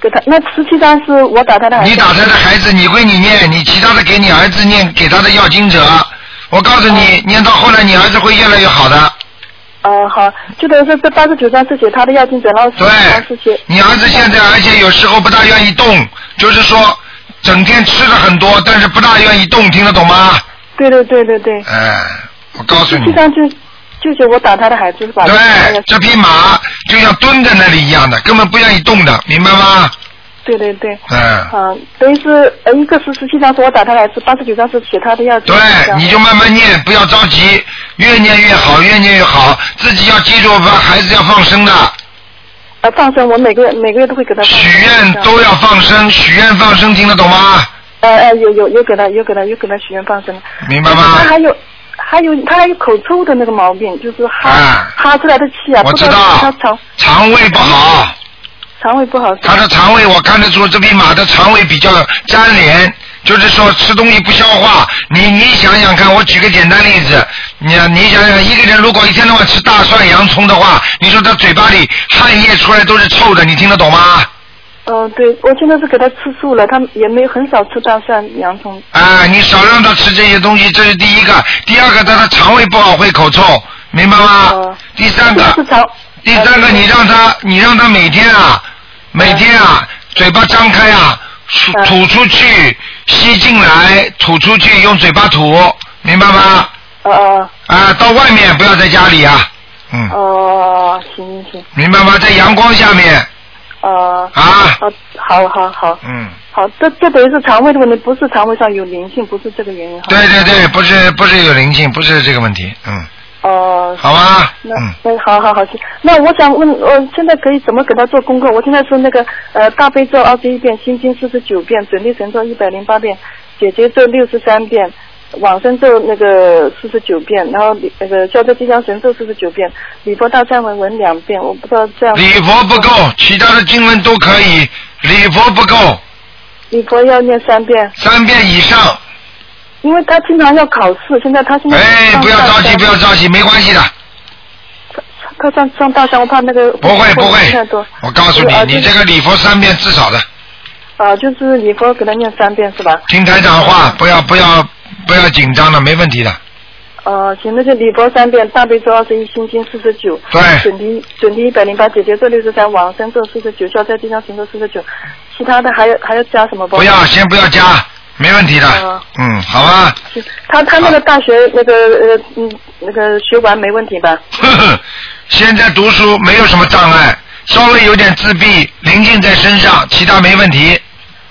[SPEAKER 3] 给他那十七张是我打胎的孩子，
[SPEAKER 1] 你打他的孩子，你归你念，你其他的给你儿子念，给他的要经者。我告诉你，念到后来你儿子会越来越好的。
[SPEAKER 3] 哦，好，就等于说这八十九张是写他的要经者，然后十
[SPEAKER 1] 对
[SPEAKER 3] 张是写，
[SPEAKER 1] 你儿子现在而且有时候不大愿意动，就是说整天吃的很多，但是不大愿意动，听得懂吗？
[SPEAKER 3] 对对对对对，
[SPEAKER 1] 哎，我告诉
[SPEAKER 3] 十
[SPEAKER 1] 你。
[SPEAKER 3] 七张就就写我打他的孩子是吧？
[SPEAKER 1] 对，这匹马就像蹲在那里一样的，根本不愿意动的，明白吗？
[SPEAKER 3] 对对对，
[SPEAKER 1] 嗯，
[SPEAKER 3] 啊，等于是呃一个是十七张是我打他来吃，八十九张是其他的要。
[SPEAKER 1] 对，你就慢慢念，不要着急，越念越好，越念越好，自己要记住，把孩子要放生的。
[SPEAKER 3] 呃放生，我每个月每个月都会给他放生。
[SPEAKER 1] 许愿都要放生，许愿放生听得懂吗？
[SPEAKER 3] 呃呃，有有有给他有给他有给他许愿放生。
[SPEAKER 1] 明白
[SPEAKER 3] 他
[SPEAKER 1] 吗？
[SPEAKER 3] 还有还有他还有口臭的那个毛病，就是哈、
[SPEAKER 1] 啊
[SPEAKER 3] 哈出来的气啊，
[SPEAKER 1] 我
[SPEAKER 3] 不知
[SPEAKER 1] 知道
[SPEAKER 3] 道是他肠
[SPEAKER 1] 肠胃不好，
[SPEAKER 3] 肠胃不好是吧
[SPEAKER 1] 他的肠胃我看得出这匹马的肠胃比较粘连，就是说吃东西不消化。你你想想看，我举个简单例子，你你想想，一个人如果一天到晚吃大蒜、洋葱的话，你说他嘴巴里汗液出来都是臭的，你听得懂吗？
[SPEAKER 3] 嗯、对，我现在是给他吃素了，他也没有很少吃大蒜、洋葱。
[SPEAKER 1] 啊，你少让他吃这些东西，这是第一个。第二个，他的肠胃不好会口臭，明白吗？
[SPEAKER 3] 哦
[SPEAKER 1] 第三个，
[SPEAKER 3] 是肠。
[SPEAKER 1] 第三个，
[SPEAKER 3] 呃
[SPEAKER 1] 你让他，你让他每天啊，每天啊，嘴巴张开啊，吐
[SPEAKER 3] 嗯
[SPEAKER 1] 吐出去，吸进来，吐出去，用嘴巴吐，明白吗？
[SPEAKER 3] 呃
[SPEAKER 1] 啊，到外面不要在家里啊，
[SPEAKER 3] 呃
[SPEAKER 1] 嗯，
[SPEAKER 3] 呃，行行行，
[SPEAKER 1] 明白吗？在阳光下面
[SPEAKER 3] 呃
[SPEAKER 1] 啊，
[SPEAKER 3] 呃，好好好
[SPEAKER 1] 嗯，
[SPEAKER 3] 好，这这等于是肠胃的问题，不是肠胃上有灵性，不是这个原因哈。
[SPEAKER 1] 对对对，不是不是有灵性，不是这个问题，嗯，
[SPEAKER 3] 哦、
[SPEAKER 1] 好吧，
[SPEAKER 3] 那
[SPEAKER 1] 嗯，
[SPEAKER 3] 那好好好，行。那我想问，我、现在可以怎么给他做功课？我现在是那个呃大悲咒二十一遍，心经四十九遍，准提神咒一百零八遍，姐姐咒六十三遍，往生咒那个四十九遍，然后礼那个消灾吉祥神咒四十九遍，礼佛大忏悔文两遍。我不知道这样
[SPEAKER 1] 礼佛不够，其他的经文都可以，礼佛不够，
[SPEAKER 3] 礼佛要念三遍，
[SPEAKER 1] 三遍以上。
[SPEAKER 3] 因为他经常要考试，现在他现在
[SPEAKER 1] 哎，
[SPEAKER 3] 上
[SPEAKER 1] 不要
[SPEAKER 3] 大
[SPEAKER 1] 着急，
[SPEAKER 3] 三
[SPEAKER 1] 不要着急，没关系的。
[SPEAKER 3] 他上上大三，我怕那个
[SPEAKER 1] 不会不
[SPEAKER 3] 太
[SPEAKER 1] 会
[SPEAKER 3] 多，
[SPEAKER 1] 我告诉
[SPEAKER 3] 对啊
[SPEAKER 1] 你，
[SPEAKER 3] 就
[SPEAKER 1] 你
[SPEAKER 3] 是
[SPEAKER 1] 这个礼佛三遍至少的，
[SPEAKER 3] 啊、就是礼佛给他念三遍是吧？
[SPEAKER 1] 听台长话，不要不要不要紧张的，没问题的。
[SPEAKER 3] 呃，行，那就礼佛三遍，大悲咒二十一，心经四十九，
[SPEAKER 1] 对，
[SPEAKER 3] 准提准提一百零八，姐姐咒六十三，往生咒四十九，消灾吉祥神咒四十九，其他的还要还要加什么包？
[SPEAKER 1] 不要先不要加，没问题的
[SPEAKER 3] 嗯。
[SPEAKER 1] 嗯，好吧，
[SPEAKER 3] 行。他他那个大学那个呃嗯那个学完没问题吧？
[SPEAKER 1] 呵呵，现在读书没有什么障碍，稍微有点自闭，灵性在身上，其他没问题。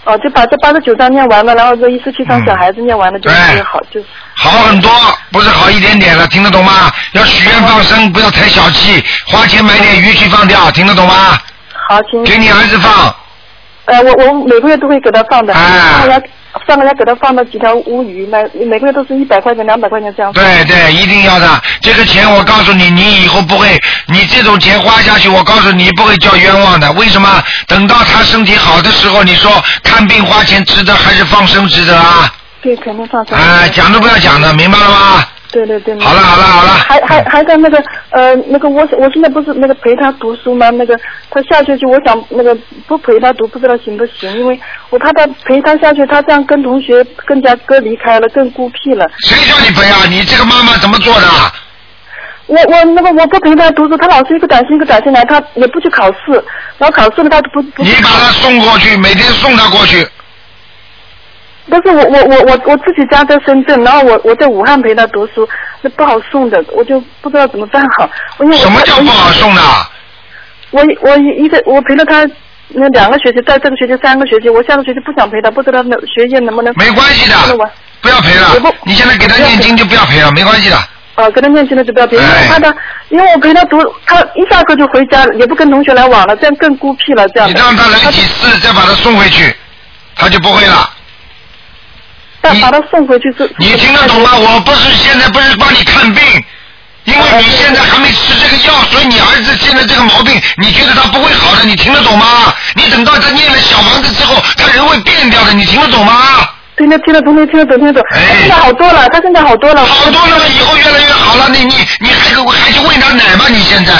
[SPEAKER 3] 哦，就把这八十九章念完了，然后这一十七章
[SPEAKER 1] 嗯
[SPEAKER 3] 小孩子念完了就
[SPEAKER 1] 对
[SPEAKER 3] 就好，就
[SPEAKER 1] 好很多，不是好一点点了，听得懂吗？要许愿放生，不要太小气，花钱买点鱼去放掉，听得懂吗？
[SPEAKER 3] 好行。
[SPEAKER 1] 给你儿子放，
[SPEAKER 3] 呃，我我每个月都会给他放的，
[SPEAKER 1] 啊
[SPEAKER 3] 上个月上个月给他放了几条乌鱼，每每个月都是一百块钱、两百块钱这样。
[SPEAKER 1] 对对，一定要的。这个钱我告诉你，你以后不会，你这种钱花下去，我告诉你不会叫冤枉的。为什么？等到他身体好的时候，你说看病花钱值得还是放生值得啊？
[SPEAKER 3] 对，肯定放生。
[SPEAKER 1] 啊，讲都不要讲的，明白了吗？
[SPEAKER 3] 对对对。
[SPEAKER 1] 好了嗯好了好了。
[SPEAKER 3] 还还还在那个呃那个我我现在不是那个陪他读书吗？那个他下学期我想那个不陪他读，不知道行不行，因为我怕他陪他下去，他这样跟同学更加隔离开了，更孤僻了。
[SPEAKER 1] 谁叫你陪啊？你这个妈妈怎么做的？啊
[SPEAKER 3] 我我那个我不陪他读书，他老是一个短信一个短信来，他也不去考试，然后考试了他不不
[SPEAKER 1] 你把她送过去，每天送她过去。
[SPEAKER 3] 不是我我我我我自己家在深圳，然后我我在武汉陪他读书，那不好送的，我就不知道怎么办好。我因为我
[SPEAKER 1] 什么叫不好送的？啊
[SPEAKER 3] 我我一个我陪了他那两个学期，在这个学期三个学期，我下个学期不想陪他，不知道那学业能不能
[SPEAKER 1] 没关系
[SPEAKER 3] 那
[SPEAKER 1] 的
[SPEAKER 3] 我，
[SPEAKER 1] 不要陪了
[SPEAKER 3] 我不。
[SPEAKER 1] 你现在给她
[SPEAKER 3] 不要陪
[SPEAKER 1] 念经就不要陪了，没关系的。
[SPEAKER 3] 呃跟他念经的就不要陪，因为
[SPEAKER 1] 哎
[SPEAKER 3] 我怕他，因为我陪他读，他一下课就回家，也不跟同学来往了，这样更孤僻了，这样
[SPEAKER 1] 你。让她来几次，再把她送回去，她就不会了。
[SPEAKER 3] 但
[SPEAKER 1] 你
[SPEAKER 3] 把他送回去是。
[SPEAKER 1] 你听得懂吗？我不是现在不是帮你看病，因为你现在还没吃这个药，所以你儿子现在这个毛病，你觉得他不会好的，你听得懂吗？你等到他念了小房子之后，他人会变掉的，你听得懂吗？
[SPEAKER 3] 对？听得听得懂，听得懂，听得懂。
[SPEAKER 1] 哎
[SPEAKER 3] 他现在好多了，他现在好多了。
[SPEAKER 1] 好多了，以后越来越好了，你你你还还去喂他奶吗？你现在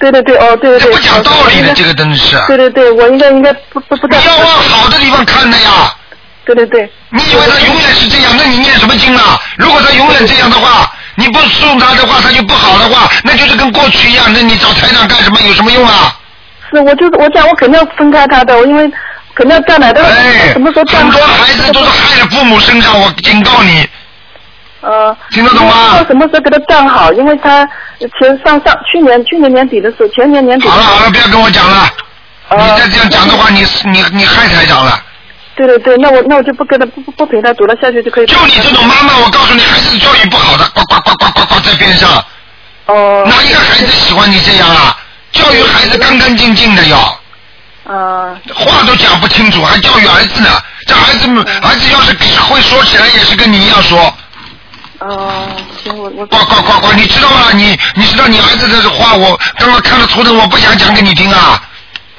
[SPEAKER 3] 对对对，哦，对对
[SPEAKER 1] 这
[SPEAKER 3] 对。
[SPEAKER 1] 不讲道理
[SPEAKER 3] 我应
[SPEAKER 1] 的，
[SPEAKER 3] 该
[SPEAKER 1] 这个真是。
[SPEAKER 3] 对对对，我应该应该不不不
[SPEAKER 1] 你
[SPEAKER 3] 在。
[SPEAKER 1] 要往好的地方看的呀。
[SPEAKER 3] 对对对，
[SPEAKER 1] 你以为他永远是这样？那你念什么经啊？如果他永远这样的话，你不送他的话，他就不好的话，那就是跟过去一样。那你找台长干什么？有什么用啊？
[SPEAKER 3] 是我就是我讲，我肯定要分开他的，我因为肯定要断奶的，
[SPEAKER 1] 哎，
[SPEAKER 3] 什么时候断
[SPEAKER 1] 很多孩子都是害在父母身上，我警告你。
[SPEAKER 3] 呃，
[SPEAKER 1] 听得懂吗
[SPEAKER 3] 不知道什么时候给他干好？因为他前上上去年去年年底的时候，前年年底呃
[SPEAKER 1] 好了好了，不要跟我讲了，
[SPEAKER 3] 嗯
[SPEAKER 1] 你再这样讲的话，你你你害台长了。
[SPEAKER 3] 对对对，那我那我就不跟他不不不陪他读了，下去就可以。
[SPEAKER 1] 就你这种妈妈，我告诉你，还是教育不好的，呱呱呱呱呱呱在边上。
[SPEAKER 3] 哦。
[SPEAKER 1] 哪一个孩子喜欢你这样啊？教育孩子干干净净的要。
[SPEAKER 3] 啊。
[SPEAKER 1] 话都讲不清楚，还教育儿子呢？这孩子们，儿子要是会说起来，也是跟你一样说。
[SPEAKER 3] 哦，行，我我。
[SPEAKER 1] 呱呱呱呱，你知道吗？你你知道你儿子的话，我刚刚看了图腾，我不想讲给你听啊。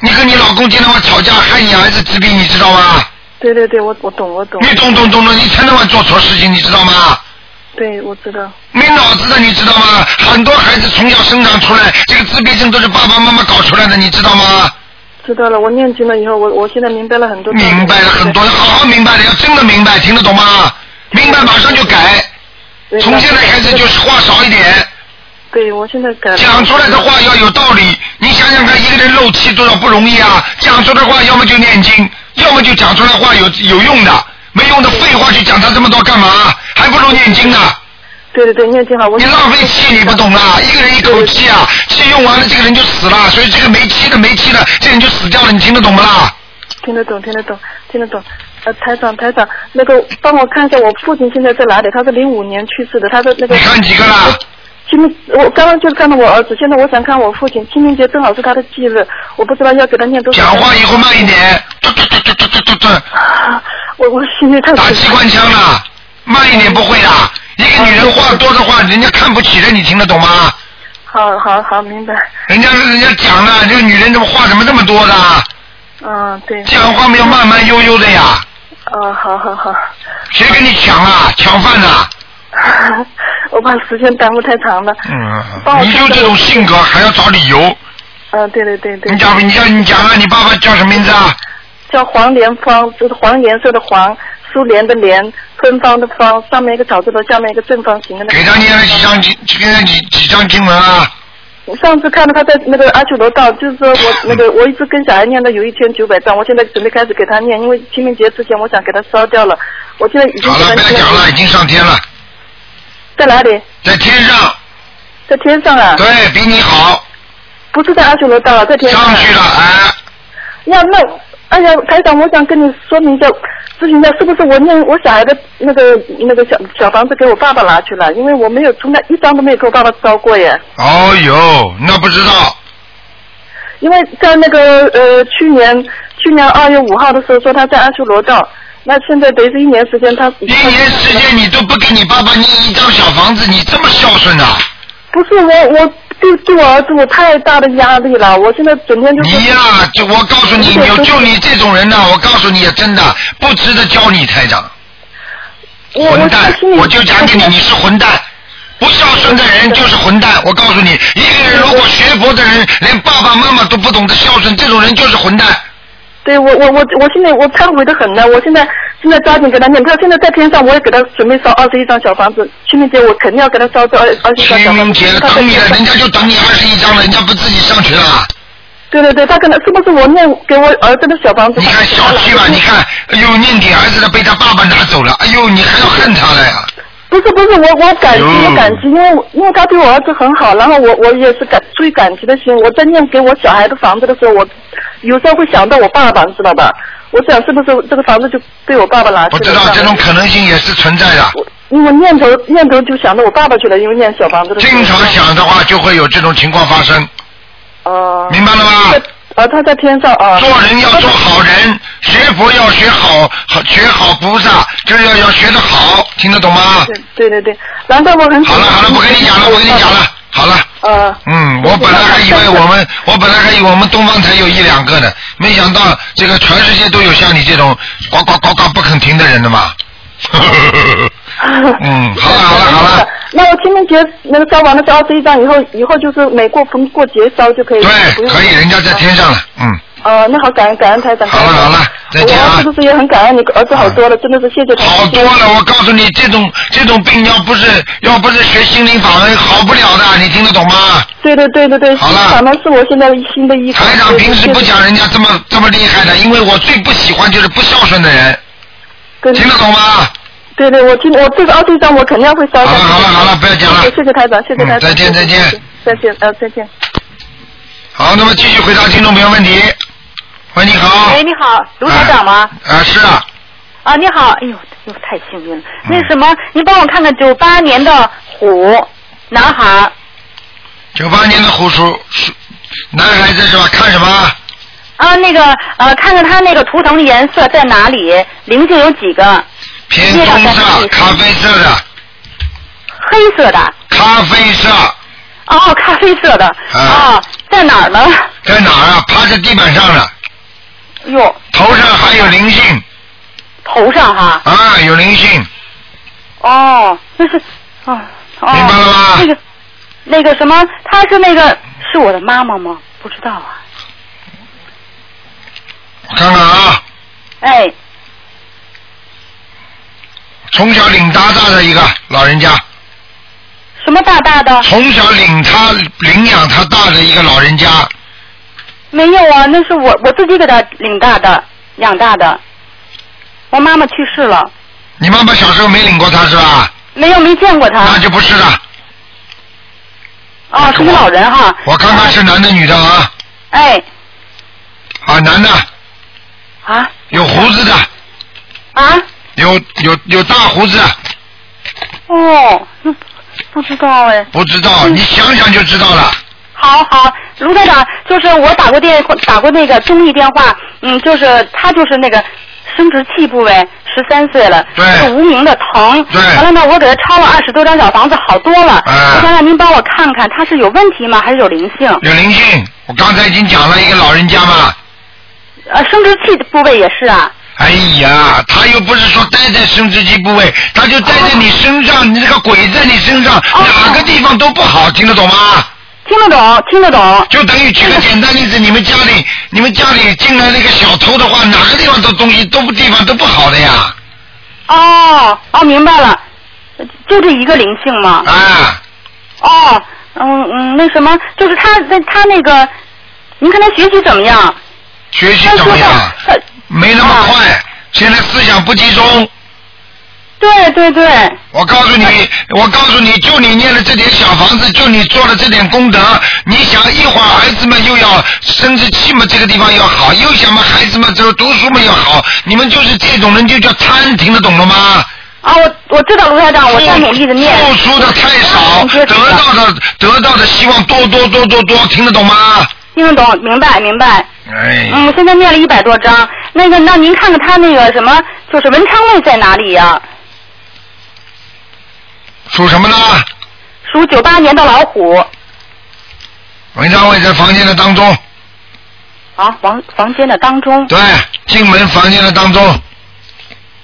[SPEAKER 1] 你跟你老公今天晚上吵架，害你儿子自闭，你知道吗？
[SPEAKER 3] 对对对，我我懂我懂。
[SPEAKER 1] 你懂懂懂懂，你才能做错事情，你知道吗？
[SPEAKER 3] 对，我知道。
[SPEAKER 1] 没脑子的，你知道吗？很多孩子从小生长出来，这个自闭症都是爸爸妈妈搞出来的，你知道吗？
[SPEAKER 3] 知道了，我念经了以后，我我现在明白了很多。
[SPEAKER 1] 明白了很多，要好好明白了，要真的明白，听得懂吗？明白马上就改，
[SPEAKER 3] 对
[SPEAKER 1] 从现在开始就是话少一点，
[SPEAKER 3] 对，我现在改了。
[SPEAKER 1] 讲出来的话要有道理。你想想看，一个人漏气多少不容易啊！讲出的话，要么就念经，要么就讲出来话有有用的，没用的废话就讲他这么多干嘛？还不如念经呢。
[SPEAKER 3] 对对对，念经好，我
[SPEAKER 1] 你浪费气，你不懂啦！一个人一口气啊，气用完了，这个人就死了。所以这个没气的没气的，这人就死掉了。你听得懂不啦？
[SPEAKER 3] 听得懂，听得懂，听得懂。呃，台长，台长，那个帮我看一下我父亲现在在哪里？他是零五年去世的，他的那个。
[SPEAKER 1] 你看几个啦？
[SPEAKER 3] 清明，我刚刚就是看到我儿子，现在我想看我父亲。清明节正好是他的忌日，我不知道要给他念多少。
[SPEAKER 1] 讲话以后慢一。点，嘟嘟嘟嘟嘟嘟嘟嘟，
[SPEAKER 3] 啊、我我心里太
[SPEAKER 1] 打机关枪了，慢一点不会的。一个女人话多的话，人家看不起的，你听得懂吗？
[SPEAKER 3] 好好好，明白。
[SPEAKER 1] 人家人家讲了，这个女人怎么话怎么这么多的啊？
[SPEAKER 3] 嗯，对。
[SPEAKER 1] 讲话没有慢慢悠悠的呀？
[SPEAKER 3] 啊，好好 好，
[SPEAKER 1] 谁跟你抢啊？抢饭呐、
[SPEAKER 3] 我怕时间耽误太长了。帮
[SPEAKER 1] 嗯，
[SPEAKER 3] 我
[SPEAKER 1] 你就这种性格还要找理由？
[SPEAKER 3] 嗯，对对对对。
[SPEAKER 1] 你讲，你讲，你讲啊！你爸爸叫什么名字啊？
[SPEAKER 3] 叫黄连芳，就是黄颜色的黄，苏联的联，芬芳的芳，上面一个草字头，下面一个正方形的那个。
[SPEAKER 1] 给他念了几张经，给他几几张经文啊？
[SPEAKER 3] 我上次看到他在那个阿修罗道，就是说我 那个我一直跟小孩念的有一千九百张，我现在准备开始给他念，因为清明节之前我想给他烧掉了，我现在已经
[SPEAKER 1] 好
[SPEAKER 3] 给他
[SPEAKER 1] 了，不要
[SPEAKER 3] 念
[SPEAKER 1] 讲了，已经上天了，
[SPEAKER 3] 在哪里？
[SPEAKER 1] 在天上，
[SPEAKER 3] 在天上啊？
[SPEAKER 1] 对比你好，
[SPEAKER 3] 不是在阿修罗道啊，在天上、
[SPEAKER 1] 上
[SPEAKER 3] 啊。
[SPEAKER 1] 去了哎，
[SPEAKER 3] 呀，那哎呀，台长，我想跟你说明一下，咨询一下，是不是我念我小孩的那个那个小小房子给我爸爸拿去了？因为我没有从来一张都没有给我爸爸烧过耶。
[SPEAKER 1] 哦哟，那不知道，
[SPEAKER 3] 因为在那个呃去年去年二月五号的时候说他在阿修罗道，那现在等于是一年时间他
[SPEAKER 1] 一年时间你都不给你爸爸念一张小房子，你这么孝顺啊？
[SPEAKER 3] 不是我我对对我儿子我太大的压力了，我现在整天就是
[SPEAKER 1] 你呀、就我告诉你，
[SPEAKER 3] 对
[SPEAKER 1] 有
[SPEAKER 3] 对
[SPEAKER 1] 就你这种人呐、我告诉你，真的不值得教你台长。
[SPEAKER 3] 我我
[SPEAKER 1] 混
[SPEAKER 3] 现
[SPEAKER 1] 蛋
[SPEAKER 3] 在心！里
[SPEAKER 1] 我就讲给你，你是混蛋，不孝顺的人就是混蛋。我告诉你，一个人如果学佛的人连爸爸妈妈都不懂得孝顺，这种人就是混蛋。
[SPEAKER 3] 对我我我我现在我忏悔的很呢，我现在现在抓紧给他念，他现在在天上，我也给他准备烧二十一张小房子，清明节我肯定要给他烧这二二十一张
[SPEAKER 1] 清
[SPEAKER 3] 小房
[SPEAKER 1] 明
[SPEAKER 3] 子。
[SPEAKER 1] 节
[SPEAKER 3] 他在
[SPEAKER 1] 等你了，
[SPEAKER 3] 天上
[SPEAKER 1] 人家就等你二十一章了，人家不自己上去了。啊
[SPEAKER 3] 对对对，他可能是不是我念给我儿子的小房子？
[SPEAKER 1] 你看小气吧，你看，哎呦，念给儿子的被他爸爸拿走了，哎呦，你还要恨他了呀？
[SPEAKER 3] 不是不是，我我感激
[SPEAKER 1] 哟
[SPEAKER 3] 我感激，因为我因为他对我儿子很好，然后我我也是感出于感激的心，我在念给我小孩的房子的时候，我有时候会想到我爸爸，你知道吧？我想是不是这个房子就被我爸爸拿去
[SPEAKER 1] 不
[SPEAKER 3] 了？
[SPEAKER 1] 知道这种可能性也是存在的，
[SPEAKER 3] 我因为念头念头就想到我爸爸去了，因为念小房子的时候。
[SPEAKER 1] 经常想的话就会有这种情况发生，
[SPEAKER 3] 哦。
[SPEAKER 1] 明白了吗？
[SPEAKER 3] 在呃，他在天上啊。
[SPEAKER 1] 做人要做好人，学佛要学好，好学好菩萨，就是要要学得好，听得懂吗？
[SPEAKER 3] 对对对对，难怪我很。
[SPEAKER 1] 好了好了，不跟你讲了，不跟你讲。了，好了。
[SPEAKER 3] 呃。
[SPEAKER 1] 嗯，我本来还以为我们，我本来还以为我们东方才有一两个呢，没想到这个全世界都有像你这种呱呱呱呱不肯停的人的嘛。 嗯，好了好了好了，
[SPEAKER 3] 那我清明节那个烧完了是二十一张，以后以后就是每过逢过节烧就可以，不
[SPEAKER 1] 对，
[SPEAKER 3] 用
[SPEAKER 1] 可以，人家在天上了，嗯，
[SPEAKER 3] 呃，那好，感恩感恩台长。
[SPEAKER 1] 好了好了，再见啊。
[SPEAKER 3] 我儿子不是也很感恩你儿子好多了，真的是谢谢他。
[SPEAKER 1] 好多了，我告诉你，这种这种病要不是要不是学心灵法门，好不了的，你听得懂吗？
[SPEAKER 3] 对对对对对，
[SPEAKER 1] 好了
[SPEAKER 3] 反正是我现在新的衣服。
[SPEAKER 1] 台长平时不讲
[SPEAKER 3] 谢谢，
[SPEAKER 1] 人家这么这么厉害的，因为我最不喜欢就是不孝顺的人，
[SPEAKER 3] 对
[SPEAKER 4] 嗯
[SPEAKER 1] 听得懂吗？
[SPEAKER 3] 对对，我今我这个二十一张我肯定会
[SPEAKER 1] 好
[SPEAKER 3] 烧掉。
[SPEAKER 1] 了好了好了，不要讲了。
[SPEAKER 3] 啊谢谢台长，谢谢
[SPEAKER 1] 嗯
[SPEAKER 3] 台长。
[SPEAKER 1] 再见再见
[SPEAKER 3] 再见，呃，再见。
[SPEAKER 1] 好，那么继续回答听众朋友问题。好
[SPEAKER 4] 哎喂，你好，卢台长吗？
[SPEAKER 1] 啊，是啊，嗯
[SPEAKER 4] 啊，你好，哎呦，又太幸运了。那什么，您帮我看看九八年的虎男孩，
[SPEAKER 1] 九八年的虎属属男孩子是吧？看什么？
[SPEAKER 4] 啊，那个呃，看看他那个图腾的颜色在哪里，灵性有几个？
[SPEAKER 1] 偏棕色、咖啡色的，
[SPEAKER 4] 黑色的，
[SPEAKER 1] 咖啡色
[SPEAKER 4] 哦，咖啡色的，
[SPEAKER 1] 啊
[SPEAKER 4] 哦，在哪儿呢？
[SPEAKER 1] 在哪儿啊？趴在地板上了，
[SPEAKER 4] 哟，
[SPEAKER 1] 头上还有灵性
[SPEAKER 4] 头上哈，
[SPEAKER 1] 啊，有灵性，
[SPEAKER 4] 哦，那是，哦，哦
[SPEAKER 1] 明白了吗
[SPEAKER 4] 那个那个什么，他是那个是我的妈妈吗？不知道啊，
[SPEAKER 1] 我看看啊，
[SPEAKER 4] 哎，
[SPEAKER 1] 从小领大大的一个老人家，
[SPEAKER 4] 什么大大的？
[SPEAKER 1] 从小领他领养他大的一个老人家，
[SPEAKER 4] 没有啊，那是我我自己给他领大的，养大的。我妈妈去世了，
[SPEAKER 1] 你妈妈小时候没领过他是吧？
[SPEAKER 4] 没有没见过
[SPEAKER 1] 那
[SPEAKER 4] 他。
[SPEAKER 1] 就不是了，
[SPEAKER 4] 啊哦，是个老人哈。
[SPEAKER 1] 我看看是男的女的啊，
[SPEAKER 4] 哎
[SPEAKER 1] 啊男的，
[SPEAKER 4] 啊
[SPEAKER 1] 有胡子的，
[SPEAKER 4] 啊！
[SPEAKER 1] 有有有大胡子，
[SPEAKER 4] 哦，那不知道哎。
[SPEAKER 1] 不知道，你想想就知道了。
[SPEAKER 4] 好好，卢台长，就是我打过电打过那个中医电话，嗯，就是他就是那个生殖器部位，十三岁了，
[SPEAKER 1] 对
[SPEAKER 4] 是无名的疼。
[SPEAKER 1] 对
[SPEAKER 4] 完了呢，我给他抄了二十多张小房子，好多了。
[SPEAKER 1] 啊
[SPEAKER 4] 我想让您帮我看看，他是有问题吗？还是有灵性？
[SPEAKER 1] 有灵性，我刚才已经讲了一个老人家嘛。
[SPEAKER 4] 呃，生殖器的部位也是啊。
[SPEAKER 1] 哎呀，他又不是说待在生殖器部位，他就待在你身
[SPEAKER 4] 哦
[SPEAKER 1] 上，你这个鬼在你身上，哪个地方都不好，听得懂吗？
[SPEAKER 4] 听得懂，听得懂。
[SPEAKER 1] 就等于举个简单例子，你们家里，你们家里进来那个小偷的话，哪个地方都东西都不地方都不好的呀，
[SPEAKER 4] 哦，哦，明白了，呃就这一个灵性吗？
[SPEAKER 1] 啊，
[SPEAKER 4] 哦，嗯嗯，那什么，就是他那他那个，您看他学习怎么样？
[SPEAKER 1] 学习
[SPEAKER 4] 他
[SPEAKER 1] 怎
[SPEAKER 4] 说
[SPEAKER 1] 么
[SPEAKER 4] 他
[SPEAKER 1] 样？
[SPEAKER 4] 他，啊
[SPEAKER 1] 没那么快，现在思想不集中。
[SPEAKER 4] 对对对，
[SPEAKER 1] 我告诉你，我告诉你，就你念了这点小房子，就你做了这点功德，你想一会儿孩子们又要生殖器嘛，这个地方要好，又想嘛孩子们这个读书嘛要好，你们就是这种人就叫贪，听得懂了吗？
[SPEAKER 4] 啊，我我知道卢台长，我在努力的念。
[SPEAKER 1] 付出的太少，
[SPEAKER 4] 嗯
[SPEAKER 1] 得到的得到的希望多多多多多，听得懂吗？
[SPEAKER 4] 听得懂，明白明白。
[SPEAKER 1] 哎，
[SPEAKER 4] 嗯，我现在念了一百多章。那个，那您看看他那个什么，就是文昌位在哪里呀、
[SPEAKER 1] 属什么呢？
[SPEAKER 4] 属九八年的老虎。
[SPEAKER 1] 文章位在房间的当中，
[SPEAKER 4] 啊，房房间的当中。
[SPEAKER 1] 对，进门房间的当中，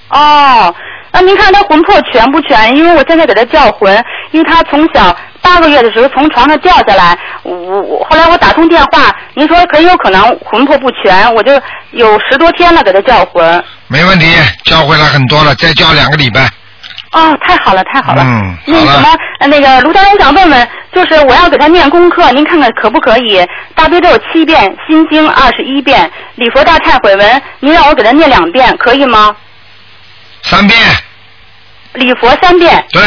[SPEAKER 4] 哦，那您看他魂魄全不全？因为我现在给他叫魂，因为他从小八个月的时候从床上掉下来，我我后来我打通电话，您说很有可能魂魄不全，我就有十多天了给他叫魂。
[SPEAKER 1] 没问题，教回来很多了，再教两个礼拜。
[SPEAKER 4] 哦，太好了，太好了。
[SPEAKER 1] 嗯
[SPEAKER 4] 那
[SPEAKER 1] 好了
[SPEAKER 4] 什么，呃那个卢大人想问问，就是我要给他念功课，您看看可不可以？大悲咒七遍，心经二十一遍，礼佛大忏悔文，您让我给他念两遍，可以吗？
[SPEAKER 1] 三遍，
[SPEAKER 4] 礼佛三遍。
[SPEAKER 1] 对，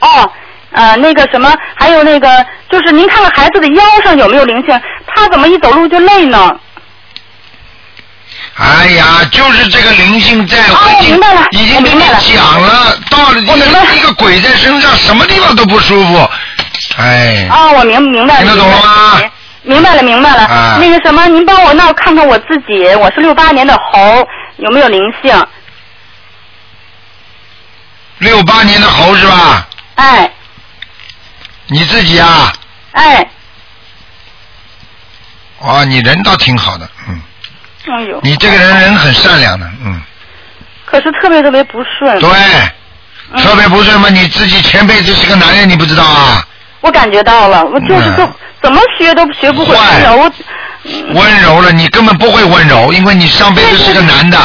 [SPEAKER 4] 哦，呃，那个什么，还有那个，就是您看看孩子的腰上有没有灵性？他怎么一走路就累呢？
[SPEAKER 1] 哎呀，就是这个灵性在，我已
[SPEAKER 4] 哦
[SPEAKER 1] 经、
[SPEAKER 4] 明白了
[SPEAKER 1] 已经
[SPEAKER 4] 我
[SPEAKER 1] 跟
[SPEAKER 4] 明
[SPEAKER 1] 你
[SPEAKER 4] 白了
[SPEAKER 1] 讲了，到了一
[SPEAKER 4] 我明白
[SPEAKER 1] 个
[SPEAKER 4] 了
[SPEAKER 1] 一个鬼在身上，什么地方都不舒服，哎，
[SPEAKER 4] 哦，我明明白了，
[SPEAKER 1] 听得懂了吗
[SPEAKER 4] 明白了，明白了。
[SPEAKER 1] 啊
[SPEAKER 4] 那个什么，您帮我那我看看我自己，我是六八年的猴，有没有灵性？
[SPEAKER 1] 六八年的猴是吧？
[SPEAKER 4] 哎
[SPEAKER 1] 你自己啊，
[SPEAKER 4] 哎，
[SPEAKER 1] 哦，你人倒挺好的，嗯，
[SPEAKER 4] 哎呦，
[SPEAKER 1] 你这个人人很善良的，嗯，
[SPEAKER 4] 可是特别特别不顺。
[SPEAKER 1] 对，
[SPEAKER 4] 嗯
[SPEAKER 1] 特别不是嘛，你自己前辈子是个男人，你不知道啊？
[SPEAKER 4] 我感觉到了，我就是
[SPEAKER 1] 嗯
[SPEAKER 4] 就、怎么学都学不会
[SPEAKER 1] 坏
[SPEAKER 4] 温柔。
[SPEAKER 1] 温柔了，你根本不会温柔，因为你上辈子是个男的，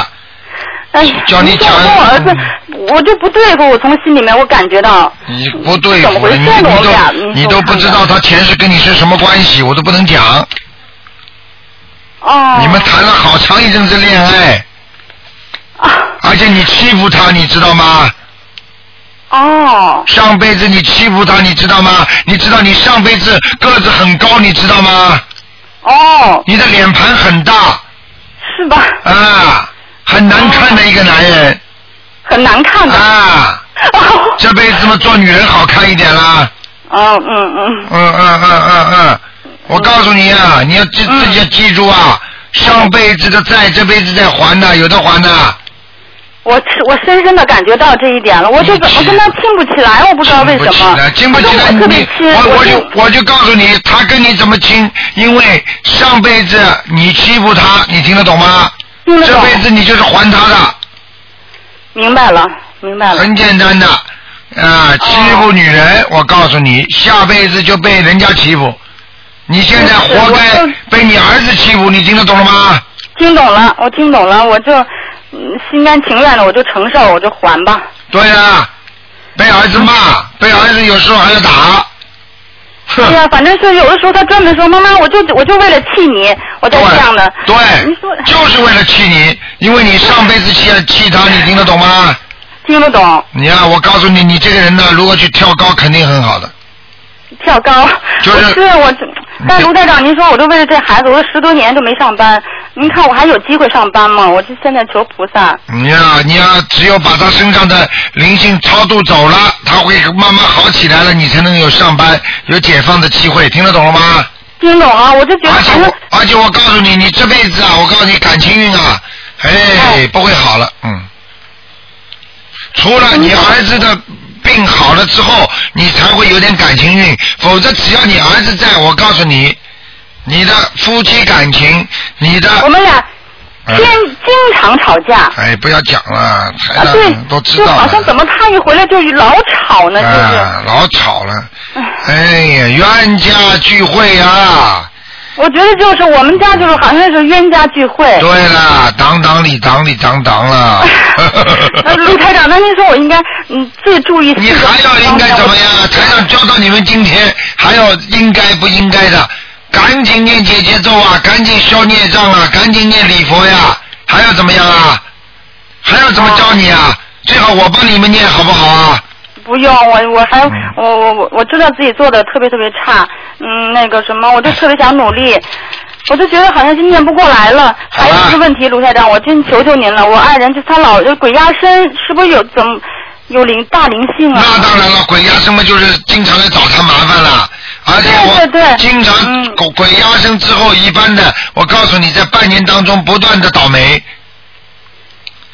[SPEAKER 4] 哎呀，
[SPEAKER 1] 叫你讲
[SPEAKER 4] 像
[SPEAKER 1] 嗯
[SPEAKER 4] 我跟我儿子，我就不对付，我从心里面我感觉到。
[SPEAKER 1] 你不对
[SPEAKER 4] 怎么
[SPEAKER 1] 付
[SPEAKER 4] 回
[SPEAKER 1] 了，
[SPEAKER 4] 事
[SPEAKER 1] 你
[SPEAKER 4] 呢
[SPEAKER 1] 你
[SPEAKER 4] 我俩
[SPEAKER 1] 都你都不知道他前世跟你是什么关系，我都不能讲。
[SPEAKER 4] 哦。
[SPEAKER 1] 你们谈了好长一阵子恋爱，
[SPEAKER 4] 啊
[SPEAKER 1] 而且你欺负他，你知道吗？
[SPEAKER 4] 哦
[SPEAKER 1] 上辈子你欺负他，你知道吗？你知道你上辈子个子很高，你知道吗？
[SPEAKER 4] 哦，
[SPEAKER 1] 你的脸盘很大，
[SPEAKER 4] 是是吧？
[SPEAKER 1] 啊，很难看的一个男人
[SPEAKER 4] 很难看的。
[SPEAKER 1] 啊，
[SPEAKER 4] 哦，
[SPEAKER 1] 这辈子嘛做女人好看一点啦。
[SPEAKER 4] 哦，嗯嗯，
[SPEAKER 1] 嗯嗯嗯嗯嗯，我告诉你啊，你要记
[SPEAKER 4] 嗯
[SPEAKER 1] 自己要记住啊，上辈子的债这辈子在还的，有的还的。
[SPEAKER 4] 我是我深深的感觉到这一点了，我这个
[SPEAKER 1] 你
[SPEAKER 4] 我跟他拼不起来，我不知道为什么，
[SPEAKER 1] 亲不起来，亲
[SPEAKER 4] 我跟我特
[SPEAKER 1] 不
[SPEAKER 4] 别
[SPEAKER 1] 起
[SPEAKER 4] 亲，
[SPEAKER 1] 来，你我我
[SPEAKER 4] 就
[SPEAKER 1] 就我就告诉你，他跟你怎么亲，因为上辈子你欺负他，你听得懂吗？
[SPEAKER 4] 听得
[SPEAKER 1] 这
[SPEAKER 4] 懂，
[SPEAKER 1] 辈子你就是还他的，
[SPEAKER 4] 明白了，明白了，
[SPEAKER 1] 很简单的，啊、
[SPEAKER 4] 哦
[SPEAKER 1] 欺负女人，我告诉你，下辈子就被人家欺负。你现在
[SPEAKER 4] 不是
[SPEAKER 1] 活
[SPEAKER 4] 我
[SPEAKER 1] 该
[SPEAKER 4] 就
[SPEAKER 1] 被你儿子欺负，你听得懂了吗？
[SPEAKER 4] 听懂了，我听懂了，我就嗯心甘情愿的我就承受，我就还吧，
[SPEAKER 1] 对呀、被儿子
[SPEAKER 4] 嗯
[SPEAKER 1] 骂，被儿子有时候还要打。
[SPEAKER 4] 对
[SPEAKER 1] 哼，
[SPEAKER 4] 哎呀、反正是有的时候他专门说妈妈，我就我就为了气你，我才
[SPEAKER 1] 对
[SPEAKER 4] 这样的，你说哎
[SPEAKER 1] 对，就是为了气你，因为你上辈子气气他，你听得懂吗？
[SPEAKER 4] 听得懂，
[SPEAKER 1] 你呀、我告诉你，你这个人呢，如果去跳高，肯定很好的。
[SPEAKER 4] 跳高，
[SPEAKER 1] 就
[SPEAKER 4] 我
[SPEAKER 1] 是
[SPEAKER 4] 是我这，但卢台长，您说我都为了这孩子，我都十多年都没上班，您看我还有机会上班吗？我就现在求菩萨。
[SPEAKER 1] 你呀、你呀、只有把他身上的灵性超度走了，他会慢慢好起来了，你才能有上班、有解放的机会，听得懂了吗？
[SPEAKER 4] 听懂了，我就觉得
[SPEAKER 1] 而且
[SPEAKER 4] 反正
[SPEAKER 1] 我，而且我告诉你，你这辈子啊，我告诉你，感情运啊，哎，不会好了，嗯。除了
[SPEAKER 4] 嗯
[SPEAKER 1] 你儿子的病好了之后，你才会有点感情运，否则只要你儿子在，我告诉你，你的夫妻感情，你的，
[SPEAKER 4] 我们俩
[SPEAKER 1] 嗯
[SPEAKER 4] 天、经常吵架。
[SPEAKER 1] 哎，不要讲了，台
[SPEAKER 4] 啊，对
[SPEAKER 1] 哎长都，知
[SPEAKER 4] 就
[SPEAKER 1] 道了。
[SPEAKER 4] 好像怎么他一回来就老吵呢，就是。
[SPEAKER 1] 啊，老吵了。
[SPEAKER 4] 唉
[SPEAKER 1] 哎呀，冤家聚会啊！
[SPEAKER 4] 我觉得就是我们家就是好像是冤家聚会。
[SPEAKER 1] 对了，党党里党里党党了。
[SPEAKER 4] 那呃卢台长，那您说我应该嗯最注意
[SPEAKER 1] 你
[SPEAKER 4] 四个
[SPEAKER 1] 还要应该
[SPEAKER 4] 方面
[SPEAKER 1] 怎么 样？啊台上教到你们今天，还要应该不应该的？赶紧念姐姐咒啊，赶紧消孽障啊，赶紧念礼佛呀，还要怎么样啊？还要怎么教你啊？最好我帮你们念好不好啊？
[SPEAKER 4] 不用，我我还
[SPEAKER 1] 嗯
[SPEAKER 4] 我我我我知道自己做的特别特别差，嗯，那个什么，我就特别想努力，
[SPEAKER 1] 嗯
[SPEAKER 4] 我就觉得好像就念不过来了。还有一个问题，卢台长，我真求求您了，我爱人就他老就鬼压身，是不是有怎么有灵大灵 性啊？
[SPEAKER 1] 那当然了，鬼压身嘛，就是经常来找他麻烦了。而且我
[SPEAKER 4] 对对对
[SPEAKER 1] 经常
[SPEAKER 4] 嗯
[SPEAKER 1] 鬼鬼压身之后，一般的，我告诉你，在半年当中不断的倒霉，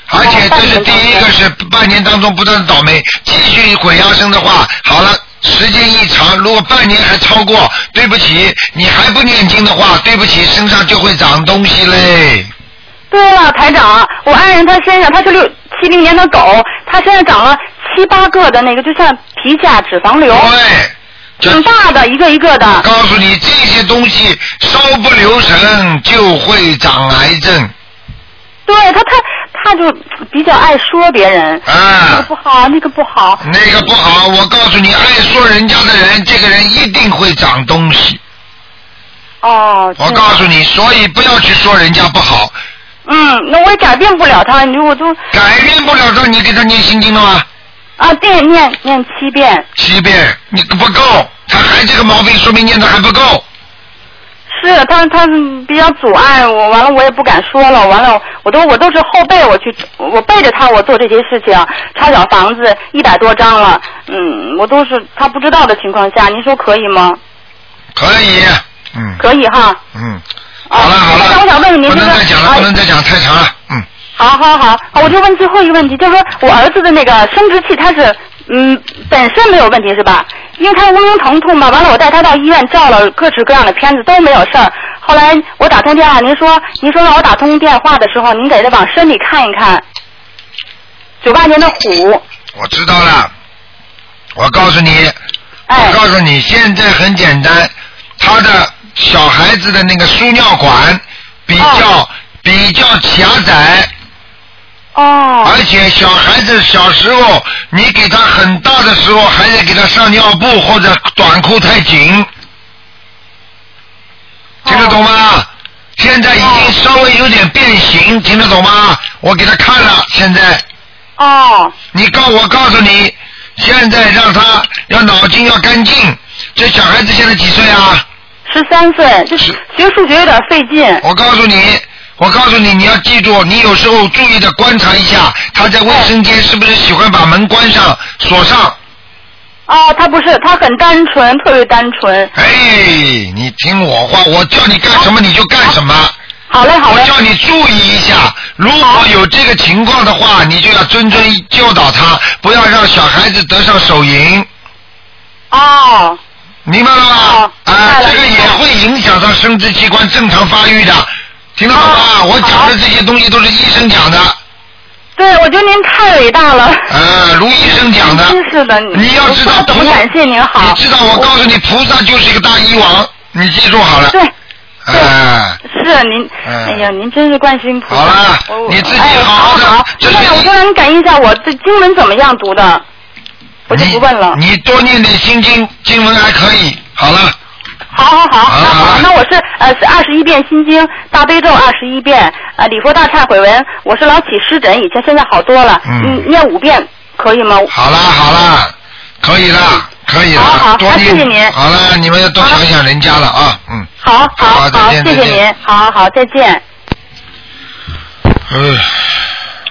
[SPEAKER 1] 而且
[SPEAKER 4] 哦
[SPEAKER 1] 这是第一个是半年当中不断的倒霉，继续鬼压身的话，好了，时间一长，如果半年还超过，对不起，你还不念经的话，对不起，身上就会长东西嘞。
[SPEAKER 4] 对了，台长，我爱人他身上，他是六七零年的狗，他身上长了七八个的那个，就像皮下脂肪瘤，
[SPEAKER 1] 对，就
[SPEAKER 4] 挺大的，一个一个的。
[SPEAKER 1] 告诉你，这些东西稍不留神就会长癌症
[SPEAKER 4] 对他，他他就比较爱说别人，这个
[SPEAKER 1] 啊
[SPEAKER 4] 不。好，那个不好。
[SPEAKER 1] 那个不好，我告诉你，爱说人家的人，这个人一定会长东西。
[SPEAKER 4] 哦，
[SPEAKER 1] 我
[SPEAKER 4] 这
[SPEAKER 1] 告诉你，所以不要去说人家不好，
[SPEAKER 4] 嗯，那我也改变不了他，你说我就
[SPEAKER 1] 改变不了的，你给他念心经了吗？
[SPEAKER 4] 啊，对，念念七遍，
[SPEAKER 1] 七遍，你不够，他还这个毛病，说明念的还不够。
[SPEAKER 4] 是啊他他比较阻碍我，完了我也不敢说了，完了我都我都是后背我去，我背着他我做这些事情，抄小房子一百多张了，嗯，我都是他不知道的情况下，您说可以吗？
[SPEAKER 1] 可以，嗯
[SPEAKER 4] 可以哈。
[SPEAKER 1] 嗯，
[SPEAKER 4] 啊
[SPEAKER 1] 好了好
[SPEAKER 4] 那我想问
[SPEAKER 1] 了，
[SPEAKER 4] 问您
[SPEAKER 1] 不
[SPEAKER 4] 这个
[SPEAKER 1] 能再讲了，
[SPEAKER 4] 哎
[SPEAKER 1] 不能再讲太长了，嗯。
[SPEAKER 4] 好好好，啊我就问最后一个问题，就是说我儿子的那个生殖器，它是嗯本身没有问题是吧？因为他嗡嗡疼痛嘛，完了我带他到医院照了各式各样的片子都没有事儿。后来我打通电话，您说您说让我打通电话的时候，您给他往身里看一看。九八年的虎，
[SPEAKER 1] 我知道了，我告诉你，
[SPEAKER 4] 哎
[SPEAKER 1] 我告诉你，现在很简单，他的小孩子的那个输尿管比较、比较狭窄，
[SPEAKER 4] 哦
[SPEAKER 1] 而且小孩子小时候你给他很大的时候，还得给他上尿布或者短裤太紧，
[SPEAKER 4] 哦
[SPEAKER 1] 听得懂吗？现在已经稍微有点变形，听得懂吗？我给他看了，现在。
[SPEAKER 4] 哦，
[SPEAKER 1] 你告我告诉你，现在让他要脑筋要干净。这小孩子现在几岁啊？
[SPEAKER 4] 十三岁，就是是学数学有点费劲。
[SPEAKER 1] 我告诉你，我告诉你，你要记住，你有时候注意的观察一下，他在卫生间是不是喜欢把门关上、锁上？
[SPEAKER 4] 哦，他不是，他很单纯，特别单纯。
[SPEAKER 1] 哎，你听我话，我叫你干什么你就干什么。
[SPEAKER 4] 好嘞，好
[SPEAKER 1] 我
[SPEAKER 4] 嘞，
[SPEAKER 1] 叫你注意一下，如果有这个情况的话，你就要谆谆教导他，不要让小孩子得上手淫，
[SPEAKER 4] 哦，
[SPEAKER 1] 明白了吗
[SPEAKER 4] 哦？
[SPEAKER 1] 啊，
[SPEAKER 4] 明白了
[SPEAKER 1] 这个也会影响到生殖器官正常发育的，听得懂吗？
[SPEAKER 4] 哦
[SPEAKER 1] 我讲的这些东西都是医生讲的，
[SPEAKER 4] 对，我觉得您太伟大了，
[SPEAKER 1] 呃，卢医生讲的。
[SPEAKER 4] 真是的，
[SPEAKER 1] 啊你要知道
[SPEAKER 4] 嗯我怎
[SPEAKER 1] 菩
[SPEAKER 4] 么感谢您好？
[SPEAKER 1] 你知道我告诉你，菩萨就是一个大医王，你记住好了。
[SPEAKER 4] 对，
[SPEAKER 1] 哎、
[SPEAKER 4] 是您，
[SPEAKER 1] 嗯
[SPEAKER 4] 哎呀，您真是观世音菩萨。
[SPEAKER 1] 好了
[SPEAKER 4] 我
[SPEAKER 1] 你自己
[SPEAKER 4] 哎
[SPEAKER 1] 好好
[SPEAKER 4] 好
[SPEAKER 1] 的
[SPEAKER 4] 好。
[SPEAKER 1] 这是
[SPEAKER 4] 对了，我就让你感应一下我这经文怎么样读的，我就不问了。
[SPEAKER 1] 你。你多念点心经，经文还可以。好了，
[SPEAKER 4] 好好好，
[SPEAKER 1] 好
[SPEAKER 4] 那
[SPEAKER 1] 好
[SPEAKER 4] 好，那我是呃是二十一遍心经，大悲咒二十一遍，呃礼佛大忏悔文，我是老起湿疹，以前现在好多了，
[SPEAKER 1] 嗯
[SPEAKER 4] 念五遍可以吗？
[SPEAKER 1] 好了，好了，可以了，可以了。
[SPEAKER 4] 嗯好好
[SPEAKER 1] 多
[SPEAKER 4] 那
[SPEAKER 1] 念。
[SPEAKER 4] 谢谢您
[SPEAKER 1] 好了，你们要多
[SPEAKER 4] 好
[SPEAKER 1] 想想人家了啊，嗯。
[SPEAKER 4] 好
[SPEAKER 1] 好
[SPEAKER 4] 好
[SPEAKER 1] 再
[SPEAKER 4] 好，
[SPEAKER 1] 见
[SPEAKER 4] 谢
[SPEAKER 1] 再
[SPEAKER 4] 谢
[SPEAKER 1] 见
[SPEAKER 4] 您，好好再见。
[SPEAKER 1] 嗯，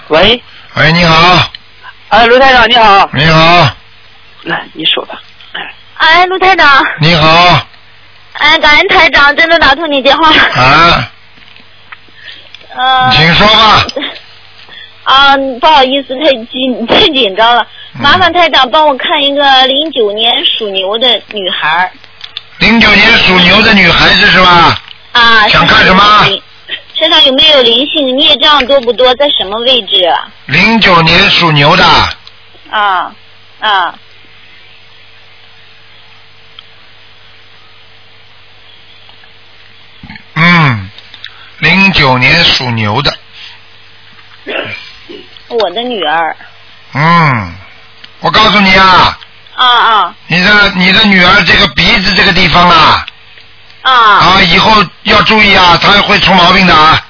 [SPEAKER 6] 喂，
[SPEAKER 1] 喂，你好，
[SPEAKER 6] 哎，卢台长你好，
[SPEAKER 1] 你好，
[SPEAKER 6] 来你说吧。
[SPEAKER 7] 哎，陆台长，
[SPEAKER 1] 你好
[SPEAKER 7] 哎，感恩台长，真的打通你电话了。
[SPEAKER 1] 啊，
[SPEAKER 7] 呃，
[SPEAKER 1] 请说吧。
[SPEAKER 7] 啊，不好意思，太紧太紧张了，
[SPEAKER 1] 嗯
[SPEAKER 7] 麻烦台长帮我看一个零九年属牛的女孩儿
[SPEAKER 1] 零九年属牛的女孩子是吧？
[SPEAKER 7] 啊。
[SPEAKER 1] 想看什么
[SPEAKER 7] 身上有没有灵性？孽障多不多？在什么位置啊？
[SPEAKER 1] 零九年属牛的，
[SPEAKER 7] 啊啊
[SPEAKER 1] 嗯，零九年属牛的，
[SPEAKER 7] 我的女儿。
[SPEAKER 1] 嗯，我告诉你啊，
[SPEAKER 7] 啊啊
[SPEAKER 1] 你的你的女儿这个鼻子这个地方啊，
[SPEAKER 7] 啊！
[SPEAKER 1] 啊，以后要注意啊，她会出毛病的啊，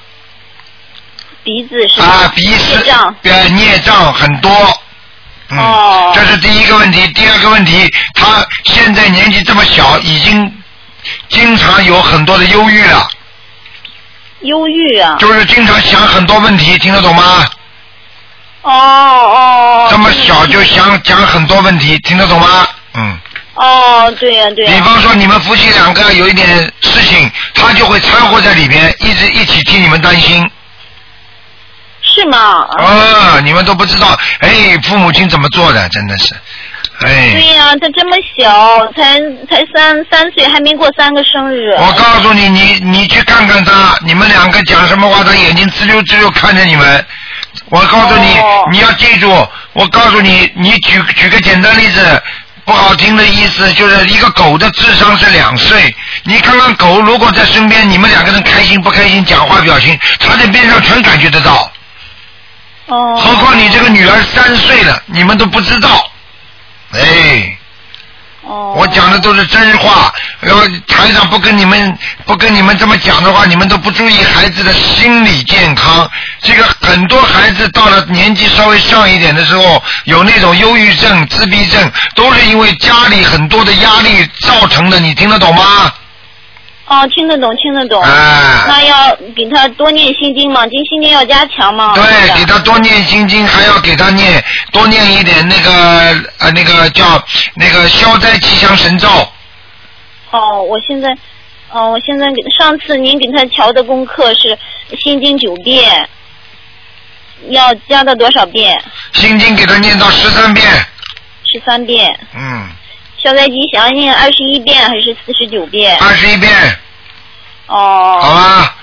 [SPEAKER 7] 鼻子是吧？
[SPEAKER 1] 啊，鼻屎
[SPEAKER 7] 孽障。
[SPEAKER 1] 呃孽障很多。嗯，
[SPEAKER 7] 哦
[SPEAKER 1] 这是第一个问题，第二个问题，她现在年纪这么小，已经经常有很多的忧郁了，
[SPEAKER 7] 忧郁啊。
[SPEAKER 1] 就是经常想很多问题，听得懂吗？
[SPEAKER 7] 哦哦。
[SPEAKER 1] 这么小就想讲很多问题，听得懂吗？嗯，
[SPEAKER 7] 哦，对呀、对呀、
[SPEAKER 1] 比方说你们夫妻两个有一点事情，他就会掺和在里边，一直一起替你们担心。
[SPEAKER 7] 是吗？
[SPEAKER 1] 啊、你们都不知道，哎，父母亲怎么做的，真的是，哎，
[SPEAKER 7] 对呀、他这么小，才才三三岁，还没过三个生日。
[SPEAKER 1] 我告诉你，你你去看看他，你们两个讲什么话，他眼睛呲溜呲溜看着你们。我告诉你，
[SPEAKER 7] 哦
[SPEAKER 1] 你要记住，我告诉你，你举举个简单例子，不好听的意思就是一个狗的智商是两岁，你看看狗如果在身边，你们两个人开心不开心，讲话表情，它在边上全感觉得到。
[SPEAKER 7] 哦。
[SPEAKER 1] 何况你这个女儿三岁了，你们都不知道。哎，
[SPEAKER 7] 哦。
[SPEAKER 1] 我讲的都是真话，然后台长不跟你们不跟你们这么讲的话，你们都不注意孩子的心理健康。这个很多孩子到了年纪稍微上一点的时候，有那种忧郁症、自闭症，都是因为家里很多的压力造成的。你听得懂吗？
[SPEAKER 7] 哦，听得懂，听得懂。
[SPEAKER 1] 哎，
[SPEAKER 7] 那要给他多念心经嘛，经心经要加强嘛。是
[SPEAKER 1] 对，
[SPEAKER 7] 的
[SPEAKER 1] 给他多念心经，还要给他念多念一点那个呃那个叫那个消灾吉祥神咒。
[SPEAKER 7] 哦，我现在，哦，我现在给上次您给他调的功课是心经九遍，要加到多少遍？
[SPEAKER 1] 心经给他念到十三遍，
[SPEAKER 7] 十三遍。
[SPEAKER 1] 嗯，
[SPEAKER 7] 消灾吉祥念二十一遍还是四十九遍？
[SPEAKER 1] 二十一遍，
[SPEAKER 7] 哦。
[SPEAKER 1] 好吧，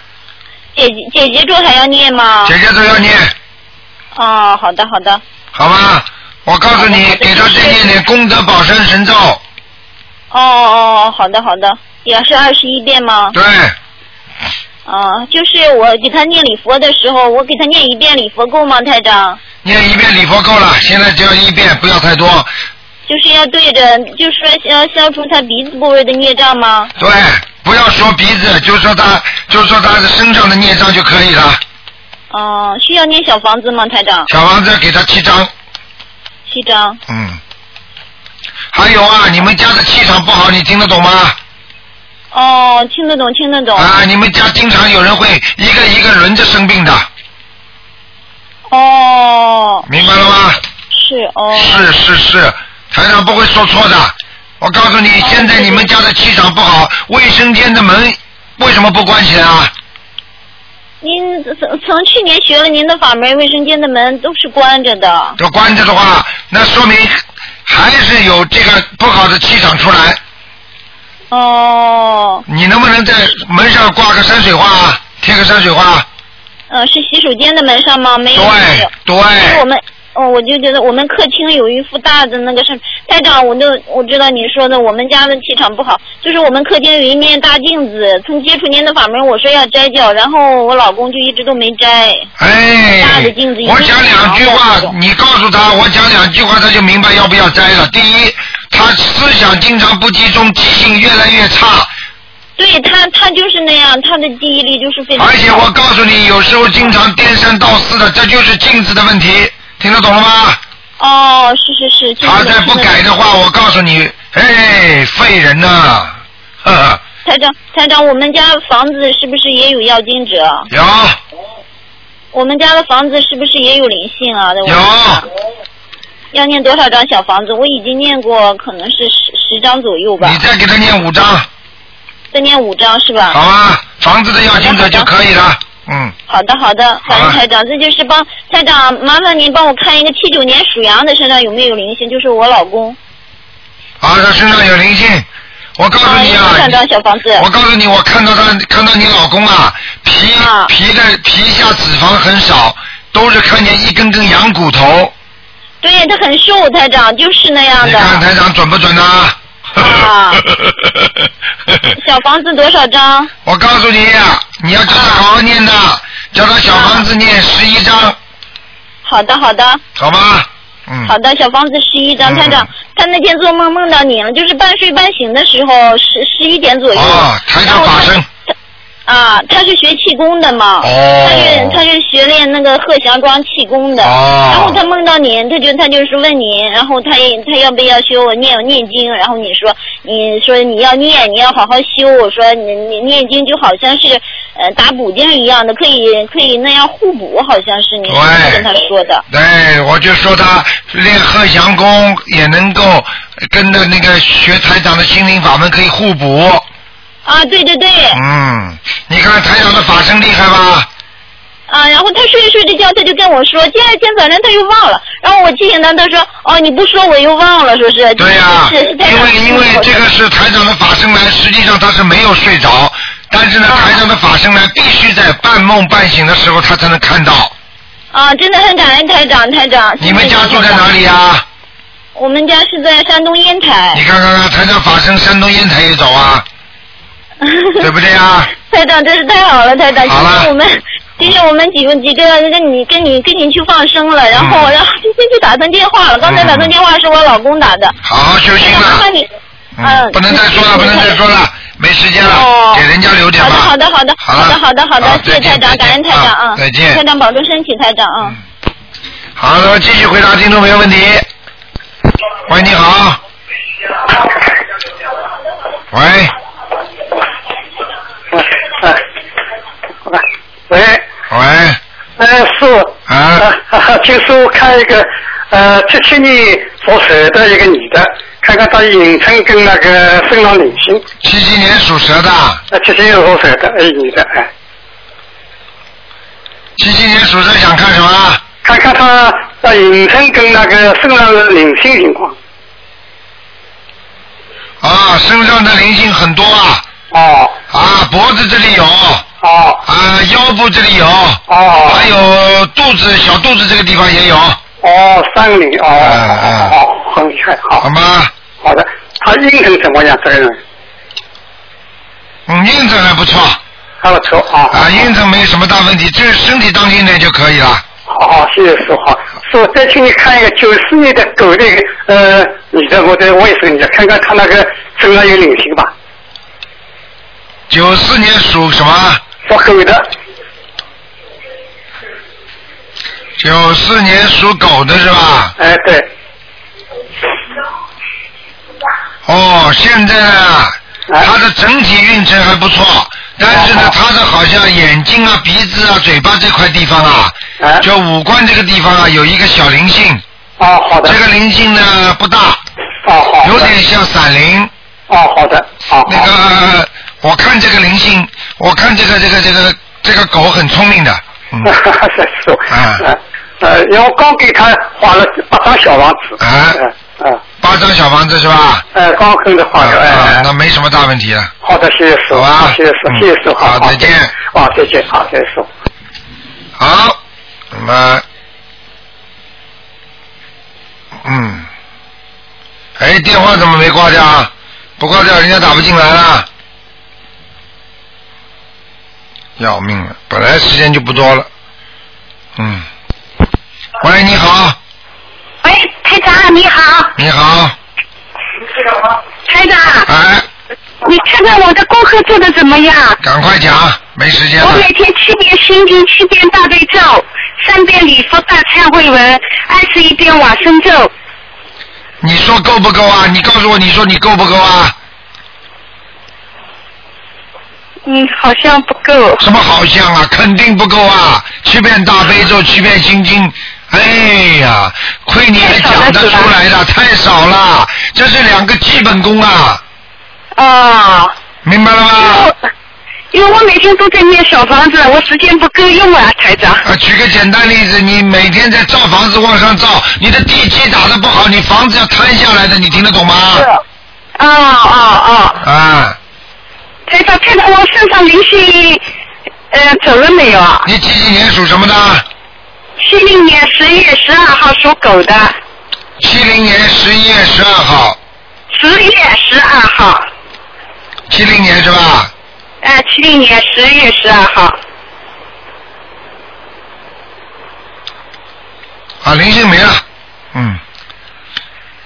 [SPEAKER 7] 姐姐姐姐咒还要念吗？
[SPEAKER 1] 姐姐都要念，
[SPEAKER 7] 哦，好的好的。
[SPEAKER 1] 好吧。我告诉
[SPEAKER 7] 好
[SPEAKER 1] 你，
[SPEAKER 7] 的
[SPEAKER 1] 给他再念点功德宝山神咒，
[SPEAKER 7] 哦哦，好的好的，也是二十一遍吗？
[SPEAKER 1] 对，
[SPEAKER 7] 啊，就是我给他念礼佛的时候，我给他念一遍礼佛够吗，台长？
[SPEAKER 1] 念一遍礼佛够了，现在只要一遍，不要太多。
[SPEAKER 7] 就是要对着，就是说要消除他鼻子部位的孽障吗？
[SPEAKER 1] 对，不要说鼻子，就说他，就说他的身上的孽障就可以了。
[SPEAKER 7] 哦、需要念小房子吗，台长？
[SPEAKER 1] 小房子给他七张，
[SPEAKER 7] 七张。
[SPEAKER 1] 嗯。还有啊，你们家的气场不好，你听得懂吗？
[SPEAKER 7] 哦，听得懂，听得懂。
[SPEAKER 1] 啊，你们家经常有人会一个一个轮着生病的，
[SPEAKER 7] 哦，
[SPEAKER 1] 明白了吗？
[SPEAKER 7] 是哦，
[SPEAKER 1] 是是是，台长不会说错的。我告诉你，现
[SPEAKER 7] 哦
[SPEAKER 1] 在你们家的气场不好，卫生间的门为什么不关起来啊？
[SPEAKER 7] 您从从去年学了您的法门，卫生间的门都是关着的。
[SPEAKER 1] 都关着的话，那说明还是有这个不好的气场出来。
[SPEAKER 7] 哦，
[SPEAKER 1] 你能不能在门上挂个山水画啊？贴个山水画啊？
[SPEAKER 7] 呃，是洗手间的门上吗？没有。哎没有
[SPEAKER 1] 对
[SPEAKER 7] 因为我
[SPEAKER 1] 对，
[SPEAKER 7] 们，哦，我就觉得我们客厅有一幅大的那个上，台长，我都我知道你说的，我们家的气场不好，就是我们客厅有一面大镜子，从接触您的法门，我说要摘掉，然后我老公就一直都没摘。大
[SPEAKER 1] 哎
[SPEAKER 7] 的镜子已，经
[SPEAKER 1] 我讲两句
[SPEAKER 7] 是
[SPEAKER 1] 话
[SPEAKER 7] 这，种
[SPEAKER 1] 你告诉他，我讲两句话，他就明白要不要摘了。第一，他思想经常不集中，记性越来越差，
[SPEAKER 7] 对他，他就是那样，他的记忆力就是非常。
[SPEAKER 1] 而且我告诉你，有时候经常颠三倒四的，这就是镜子的问题，听得懂了吗？
[SPEAKER 7] 哦，是是是，就是
[SPEAKER 1] 他再不改的话，我告诉你，哎，废人呐、呵呵，
[SPEAKER 7] 台长，台长，我们家房子是不是也有要经者？
[SPEAKER 1] 有
[SPEAKER 7] 我们家的房子是不是也有灵性啊？在我们家
[SPEAKER 1] 有，
[SPEAKER 7] 要念多少张小房子？我已经念过，可能是十十张左右吧啊
[SPEAKER 1] 你，再给他念五张，
[SPEAKER 7] 再念五张是吧？
[SPEAKER 1] 好吧？房子的要经者就可以了，嗯。
[SPEAKER 7] 好的，好的，
[SPEAKER 1] 好
[SPEAKER 7] 感恩
[SPEAKER 1] 了
[SPEAKER 7] 台长，这就是帮台长，麻烦您帮我看一个七九年属羊的身上有没有灵性，就是我老公，
[SPEAKER 1] 啊，他身上有灵性。我告诉你
[SPEAKER 7] 多
[SPEAKER 1] 啊，
[SPEAKER 7] 少张小房子？
[SPEAKER 1] 我告诉你，我看到他，看到你老公啊，皮
[SPEAKER 7] 啊
[SPEAKER 1] 皮的皮下脂肪很少，都是看见一根根羊骨头。
[SPEAKER 7] 对他很瘦，台长就是那样
[SPEAKER 1] 你
[SPEAKER 7] 的。
[SPEAKER 1] 看台长准不准呐、
[SPEAKER 7] 啊小房子多少张？
[SPEAKER 1] 我告诉你、啊你要叫他好好念的，叫他小房子念十一章，
[SPEAKER 7] 好的，好的。
[SPEAKER 1] 好吗？嗯。
[SPEAKER 7] 好的，小房子十一张，
[SPEAKER 1] 嗯
[SPEAKER 7] 台长，他那天做梦梦到你了，就是半睡半醒的时候，十十一点左右。
[SPEAKER 1] 哦，台
[SPEAKER 7] 然
[SPEAKER 1] 长
[SPEAKER 7] 后
[SPEAKER 1] 法
[SPEAKER 7] 他
[SPEAKER 1] 身。
[SPEAKER 7] 啊，他是学气功的嘛，
[SPEAKER 1] 哦
[SPEAKER 7] 他是他是学练那个贺祥庄气功的。
[SPEAKER 1] 哦
[SPEAKER 7] 然后他梦到你，他就他就是问你，然后他也他要不要修我念念经？然后你说你说你要念，你要好好修。我说你你念经就好像是呃打补丁一样的，可以可以那样互补，好像是你
[SPEAKER 1] 对
[SPEAKER 7] 跟他说的。
[SPEAKER 1] 对，哎我就说他练鹤翔功也能够跟着那个学台长的心灵法门可以互补。
[SPEAKER 7] 啊，对对对。
[SPEAKER 1] 嗯，你看台长的法身厉害吧？
[SPEAKER 7] 啊，然后他睡着睡着觉，他就跟我说，第二天早上他又忘了，然后我提醒他，他说，哦，你不说我又忘了，说是，
[SPEAKER 1] 对呀、
[SPEAKER 7] 是是在
[SPEAKER 1] 因为因为这个是台长的法身来，实际上他是没有睡着，但是呢，
[SPEAKER 7] 啊
[SPEAKER 1] 台长的法身来必须在半梦半醒的时候他才能看到。
[SPEAKER 7] 啊，真的很感恩台长，台长。
[SPEAKER 1] 你们家住在
[SPEAKER 7] 里？
[SPEAKER 1] 哪里啊？
[SPEAKER 7] 我们家是在山东烟台
[SPEAKER 1] 你。看看看，台长法身山东烟台也走 啊，对不对啊？
[SPEAKER 7] 台长真是太好了，台长，今
[SPEAKER 1] 好了
[SPEAKER 7] 天我们。今天我们几个几个跟你跟你跟你去放生了，然后、
[SPEAKER 1] 嗯
[SPEAKER 7] 然后今天就打通电话了。刚才打通电话是我老公打的，
[SPEAKER 1] 好好修
[SPEAKER 7] 台
[SPEAKER 1] 心
[SPEAKER 7] 长麻
[SPEAKER 1] 吧。
[SPEAKER 7] 烦你。
[SPEAKER 1] 嗯，
[SPEAKER 7] 嗯
[SPEAKER 1] 不能再说了，不能再说了，没时间了
[SPEAKER 7] 哦，
[SPEAKER 1] 给人家留点吧。
[SPEAKER 7] 好的，好的，
[SPEAKER 1] 好
[SPEAKER 7] 好
[SPEAKER 1] 了
[SPEAKER 7] 的，好的，好的，好
[SPEAKER 1] 好
[SPEAKER 7] 的，谢谢
[SPEAKER 1] 再见
[SPEAKER 7] 台长，感恩台长
[SPEAKER 1] 啊
[SPEAKER 7] 啊，
[SPEAKER 1] 再见
[SPEAKER 7] 台长保重身体，台长啊。
[SPEAKER 1] 好那么继续回答听众朋友问题。喂，你好。喂，
[SPEAKER 6] 喂喂，
[SPEAKER 1] 喂，
[SPEAKER 6] 嗯哎，师傅，
[SPEAKER 7] 呃
[SPEAKER 1] 啊，
[SPEAKER 6] 啊，听说看一个呃七七年所蛇的一个女的，看看她隐身跟那个身上领星，
[SPEAKER 1] 七七年属蛇的，
[SPEAKER 6] 呃七七年所蛇的哎女的哎，
[SPEAKER 1] 七七年属蛇想看什么？啊
[SPEAKER 6] 看看她呃隐身跟那个身上的领星情况。
[SPEAKER 1] 啊，身上的灵性很多啊，
[SPEAKER 6] 哦
[SPEAKER 1] 啊，脖子这里有，啊，
[SPEAKER 6] 哦
[SPEAKER 1] 腰部这里有，
[SPEAKER 6] 哦
[SPEAKER 1] 还有肚子小肚子这个地方也有，好
[SPEAKER 6] 哦，三个零哦
[SPEAKER 1] 嗯嗯
[SPEAKER 6] 哦，很厉害，好
[SPEAKER 1] 吗？
[SPEAKER 6] 好的，她运程怎么样？这个人
[SPEAKER 1] 嗯，运程还不错
[SPEAKER 6] 还不错啊。
[SPEAKER 1] 啊，运程没什么大问题，就是身体当心点就可以了。
[SPEAKER 6] 好好，谢谢师傅。好，师傅再请你看一个九四年的狗的一个呃女的，我的我也是个女的，看看她那个身上有领性吧。
[SPEAKER 1] 九四年属什么？
[SPEAKER 6] 属狗的，
[SPEAKER 1] 九四年属狗的是吧？
[SPEAKER 6] 哎、对，
[SPEAKER 1] 哦，现在啊，他的整体运程还不错，但是呢，他的好像眼睛啊、鼻子啊、嘴巴这块地方啊，就五官这个地方啊，有一个小灵性。
[SPEAKER 6] 哦，好的。
[SPEAKER 1] 这个灵性呢不大。
[SPEAKER 6] 哦，好。
[SPEAKER 1] 有点像闪灵。
[SPEAKER 6] 哦，好的。哦。
[SPEAKER 1] 那 个，嗯我看这个灵性，我看这个这个这个这个狗很聪明的。嗯。
[SPEAKER 6] 是啊。呃，因为我刚给他画了八张小房子。
[SPEAKER 1] 啊。
[SPEAKER 6] 嗯。
[SPEAKER 1] 八张小房子是吧？
[SPEAKER 6] 哎，刚跟着画的。
[SPEAKER 1] 啊
[SPEAKER 6] 哎，
[SPEAKER 1] 那没什么大问题了。
[SPEAKER 6] 好的，谢谢师傅，
[SPEAKER 1] 好吧
[SPEAKER 6] 谢谢师傅，谢谢师傅，
[SPEAKER 1] 好再见
[SPEAKER 6] 好，再见，好，谢谢师傅。
[SPEAKER 1] 好，那么，嗯，哎，电话怎么没挂掉啊？不挂掉，人家打不进来了，要命了！本来时间就不多了，嗯。喂，你好，
[SPEAKER 8] 喂，台长啊你好，
[SPEAKER 1] 你好，
[SPEAKER 8] 台长，啊
[SPEAKER 1] 哎，
[SPEAKER 8] 你看看我的功课做的怎么样？
[SPEAKER 1] 赶快讲，没时间
[SPEAKER 8] 我
[SPEAKER 1] 了
[SPEAKER 8] 每。天七遍心经，七遍大悲咒，三遍礼佛大忏悔文，二十一遍往生咒。
[SPEAKER 1] 你说够不够啊？你告诉我，你说你够不够啊？
[SPEAKER 8] 嗯，好像不够。
[SPEAKER 1] 什么好像啊？肯定不够啊！七遍大悲
[SPEAKER 8] 嗯
[SPEAKER 1] 咒，七遍心经。哎呀，亏你还讲得出来的，太少了。这是两个基本功啊，
[SPEAKER 8] 啊、
[SPEAKER 1] 明白了吗？
[SPEAKER 8] 因为我每天都在念小房子，我时间不够用啊，台长。
[SPEAKER 1] 啊，举个简单例子，你每天在造房子往上造，你的地基打得不好，你房子要塌下来的，你听得懂吗？
[SPEAKER 8] 啊啊啊！
[SPEAKER 1] 啊，
[SPEAKER 8] 台长，看看我身上灵性，呃，走了没有啊？
[SPEAKER 1] 你几几年属什么的？
[SPEAKER 8] 七零年十一月十二号属狗的，
[SPEAKER 1] 七零年十一月十二号，
[SPEAKER 8] 十月十二号，
[SPEAKER 1] 七零年是吧？
[SPEAKER 8] 哎、呃，七零年十月十二号，
[SPEAKER 1] 啊，灵性没了，嗯，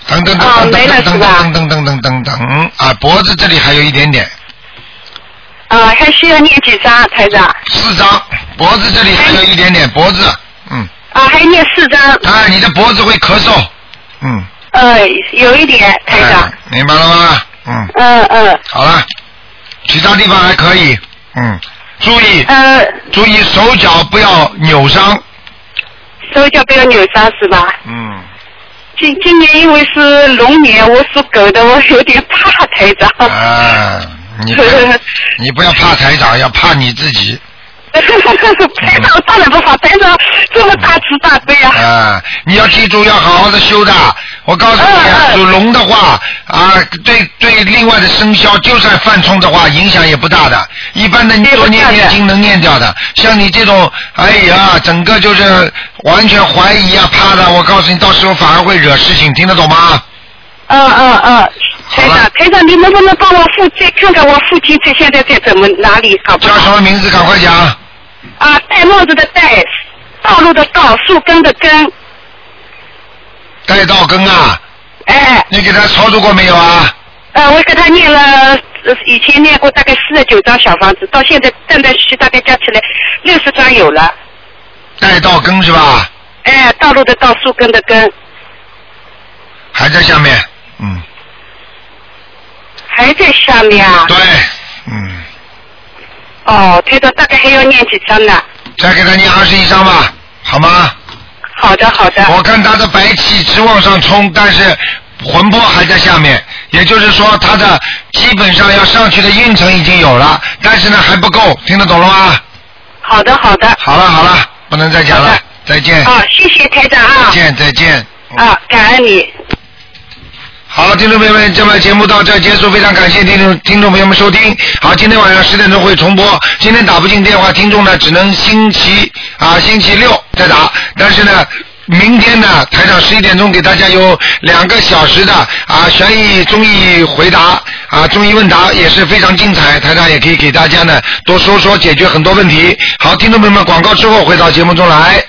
[SPEAKER 1] 等等
[SPEAKER 8] 哦
[SPEAKER 1] 等等等等等等等等等等，啊，脖子这里还有一点点，
[SPEAKER 8] 啊、还需要念几张，台长？啊、
[SPEAKER 1] 四张，脖子这里还有一点点，脖子，嗯，
[SPEAKER 8] 还念四张，
[SPEAKER 1] 啊，你的脖子会咳嗽，嗯，
[SPEAKER 8] 呃，有一点，台长，
[SPEAKER 1] 哎明白了吗？嗯，
[SPEAKER 8] 嗯嗯
[SPEAKER 1] 好了，其他地方还可以，嗯，注意
[SPEAKER 8] 呃，
[SPEAKER 1] 注意手脚不要扭伤，
[SPEAKER 8] 手脚不要扭伤是吧？
[SPEAKER 1] 嗯，
[SPEAKER 8] 今今年因为是龙年，我属狗的，我有点怕台长。
[SPEAKER 1] 啊，你 不你不要怕台长，要怕你自己，
[SPEAKER 8] 台长当然不怕，台长这么大慈大悲啊！
[SPEAKER 1] 啊，你要记住要好好的修的。我告诉
[SPEAKER 8] 呃
[SPEAKER 1] 你啊，属龙的话啊，对对，另外的生肖就算犯冲的话，影响也不大的。一般的你多念念经能念掉的，像你这种，哎呀，整个就是完全怀疑啊、怕的，我告诉你，到时候反而会惹事情，听得懂吗？
[SPEAKER 8] 嗯嗯嗯，
[SPEAKER 1] 好
[SPEAKER 8] 台
[SPEAKER 1] 了
[SPEAKER 8] 长，台长，你能不能帮我父再看看我父亲他现在在怎么哪里，好不
[SPEAKER 1] 叫什
[SPEAKER 8] 好？
[SPEAKER 1] 么名字？赶快讲。
[SPEAKER 8] 啊，戴帽子的戴，道路的道，树根的根，
[SPEAKER 1] 戴道根啊，
[SPEAKER 8] 哎，
[SPEAKER 1] 你给他操作过没有啊？
[SPEAKER 8] 呃，我给他念了，呃以前念过大概四十九张小房子，到现在断断续续大概加起来六十张有了。
[SPEAKER 1] 戴道根是吧？
[SPEAKER 8] 哎，道路的道，树根的根，
[SPEAKER 1] 还在下面。嗯，
[SPEAKER 8] 还在下面啊。
[SPEAKER 1] 对，嗯，
[SPEAKER 8] 哦，台长，大概还要念几张呢？
[SPEAKER 1] 再给他念二十一章吧，好吗？
[SPEAKER 8] 好的，好的。
[SPEAKER 1] 我看他的白气直往上冲，但是魂魄还在下面，也就是说他的基本上要上去的运程已经有了，但是呢还不够，听得懂了吗？
[SPEAKER 8] 好的，好的。
[SPEAKER 1] 好了好了，不能再讲
[SPEAKER 8] 好
[SPEAKER 1] 了
[SPEAKER 8] 的，
[SPEAKER 1] 再见，
[SPEAKER 8] 啊，谢谢台长
[SPEAKER 1] 再
[SPEAKER 8] 啊。
[SPEAKER 1] 见再见。
[SPEAKER 8] 啊，感恩你。
[SPEAKER 1] 好，听众朋友们，这么节目到这儿结束，非常感谢听众听众朋友们收听。好，今天晚上十点钟会重播。今天打不进电话，听众呢只能星期啊星期六再打，但是呢。明天呢，台长十一点钟给大家有两个小时的啊悬疑综艺回答啊综艺问答也是非常精彩，台长也可以给大家呢多说说解决很多问题。好，听众朋友们，广告之后回到节目中来。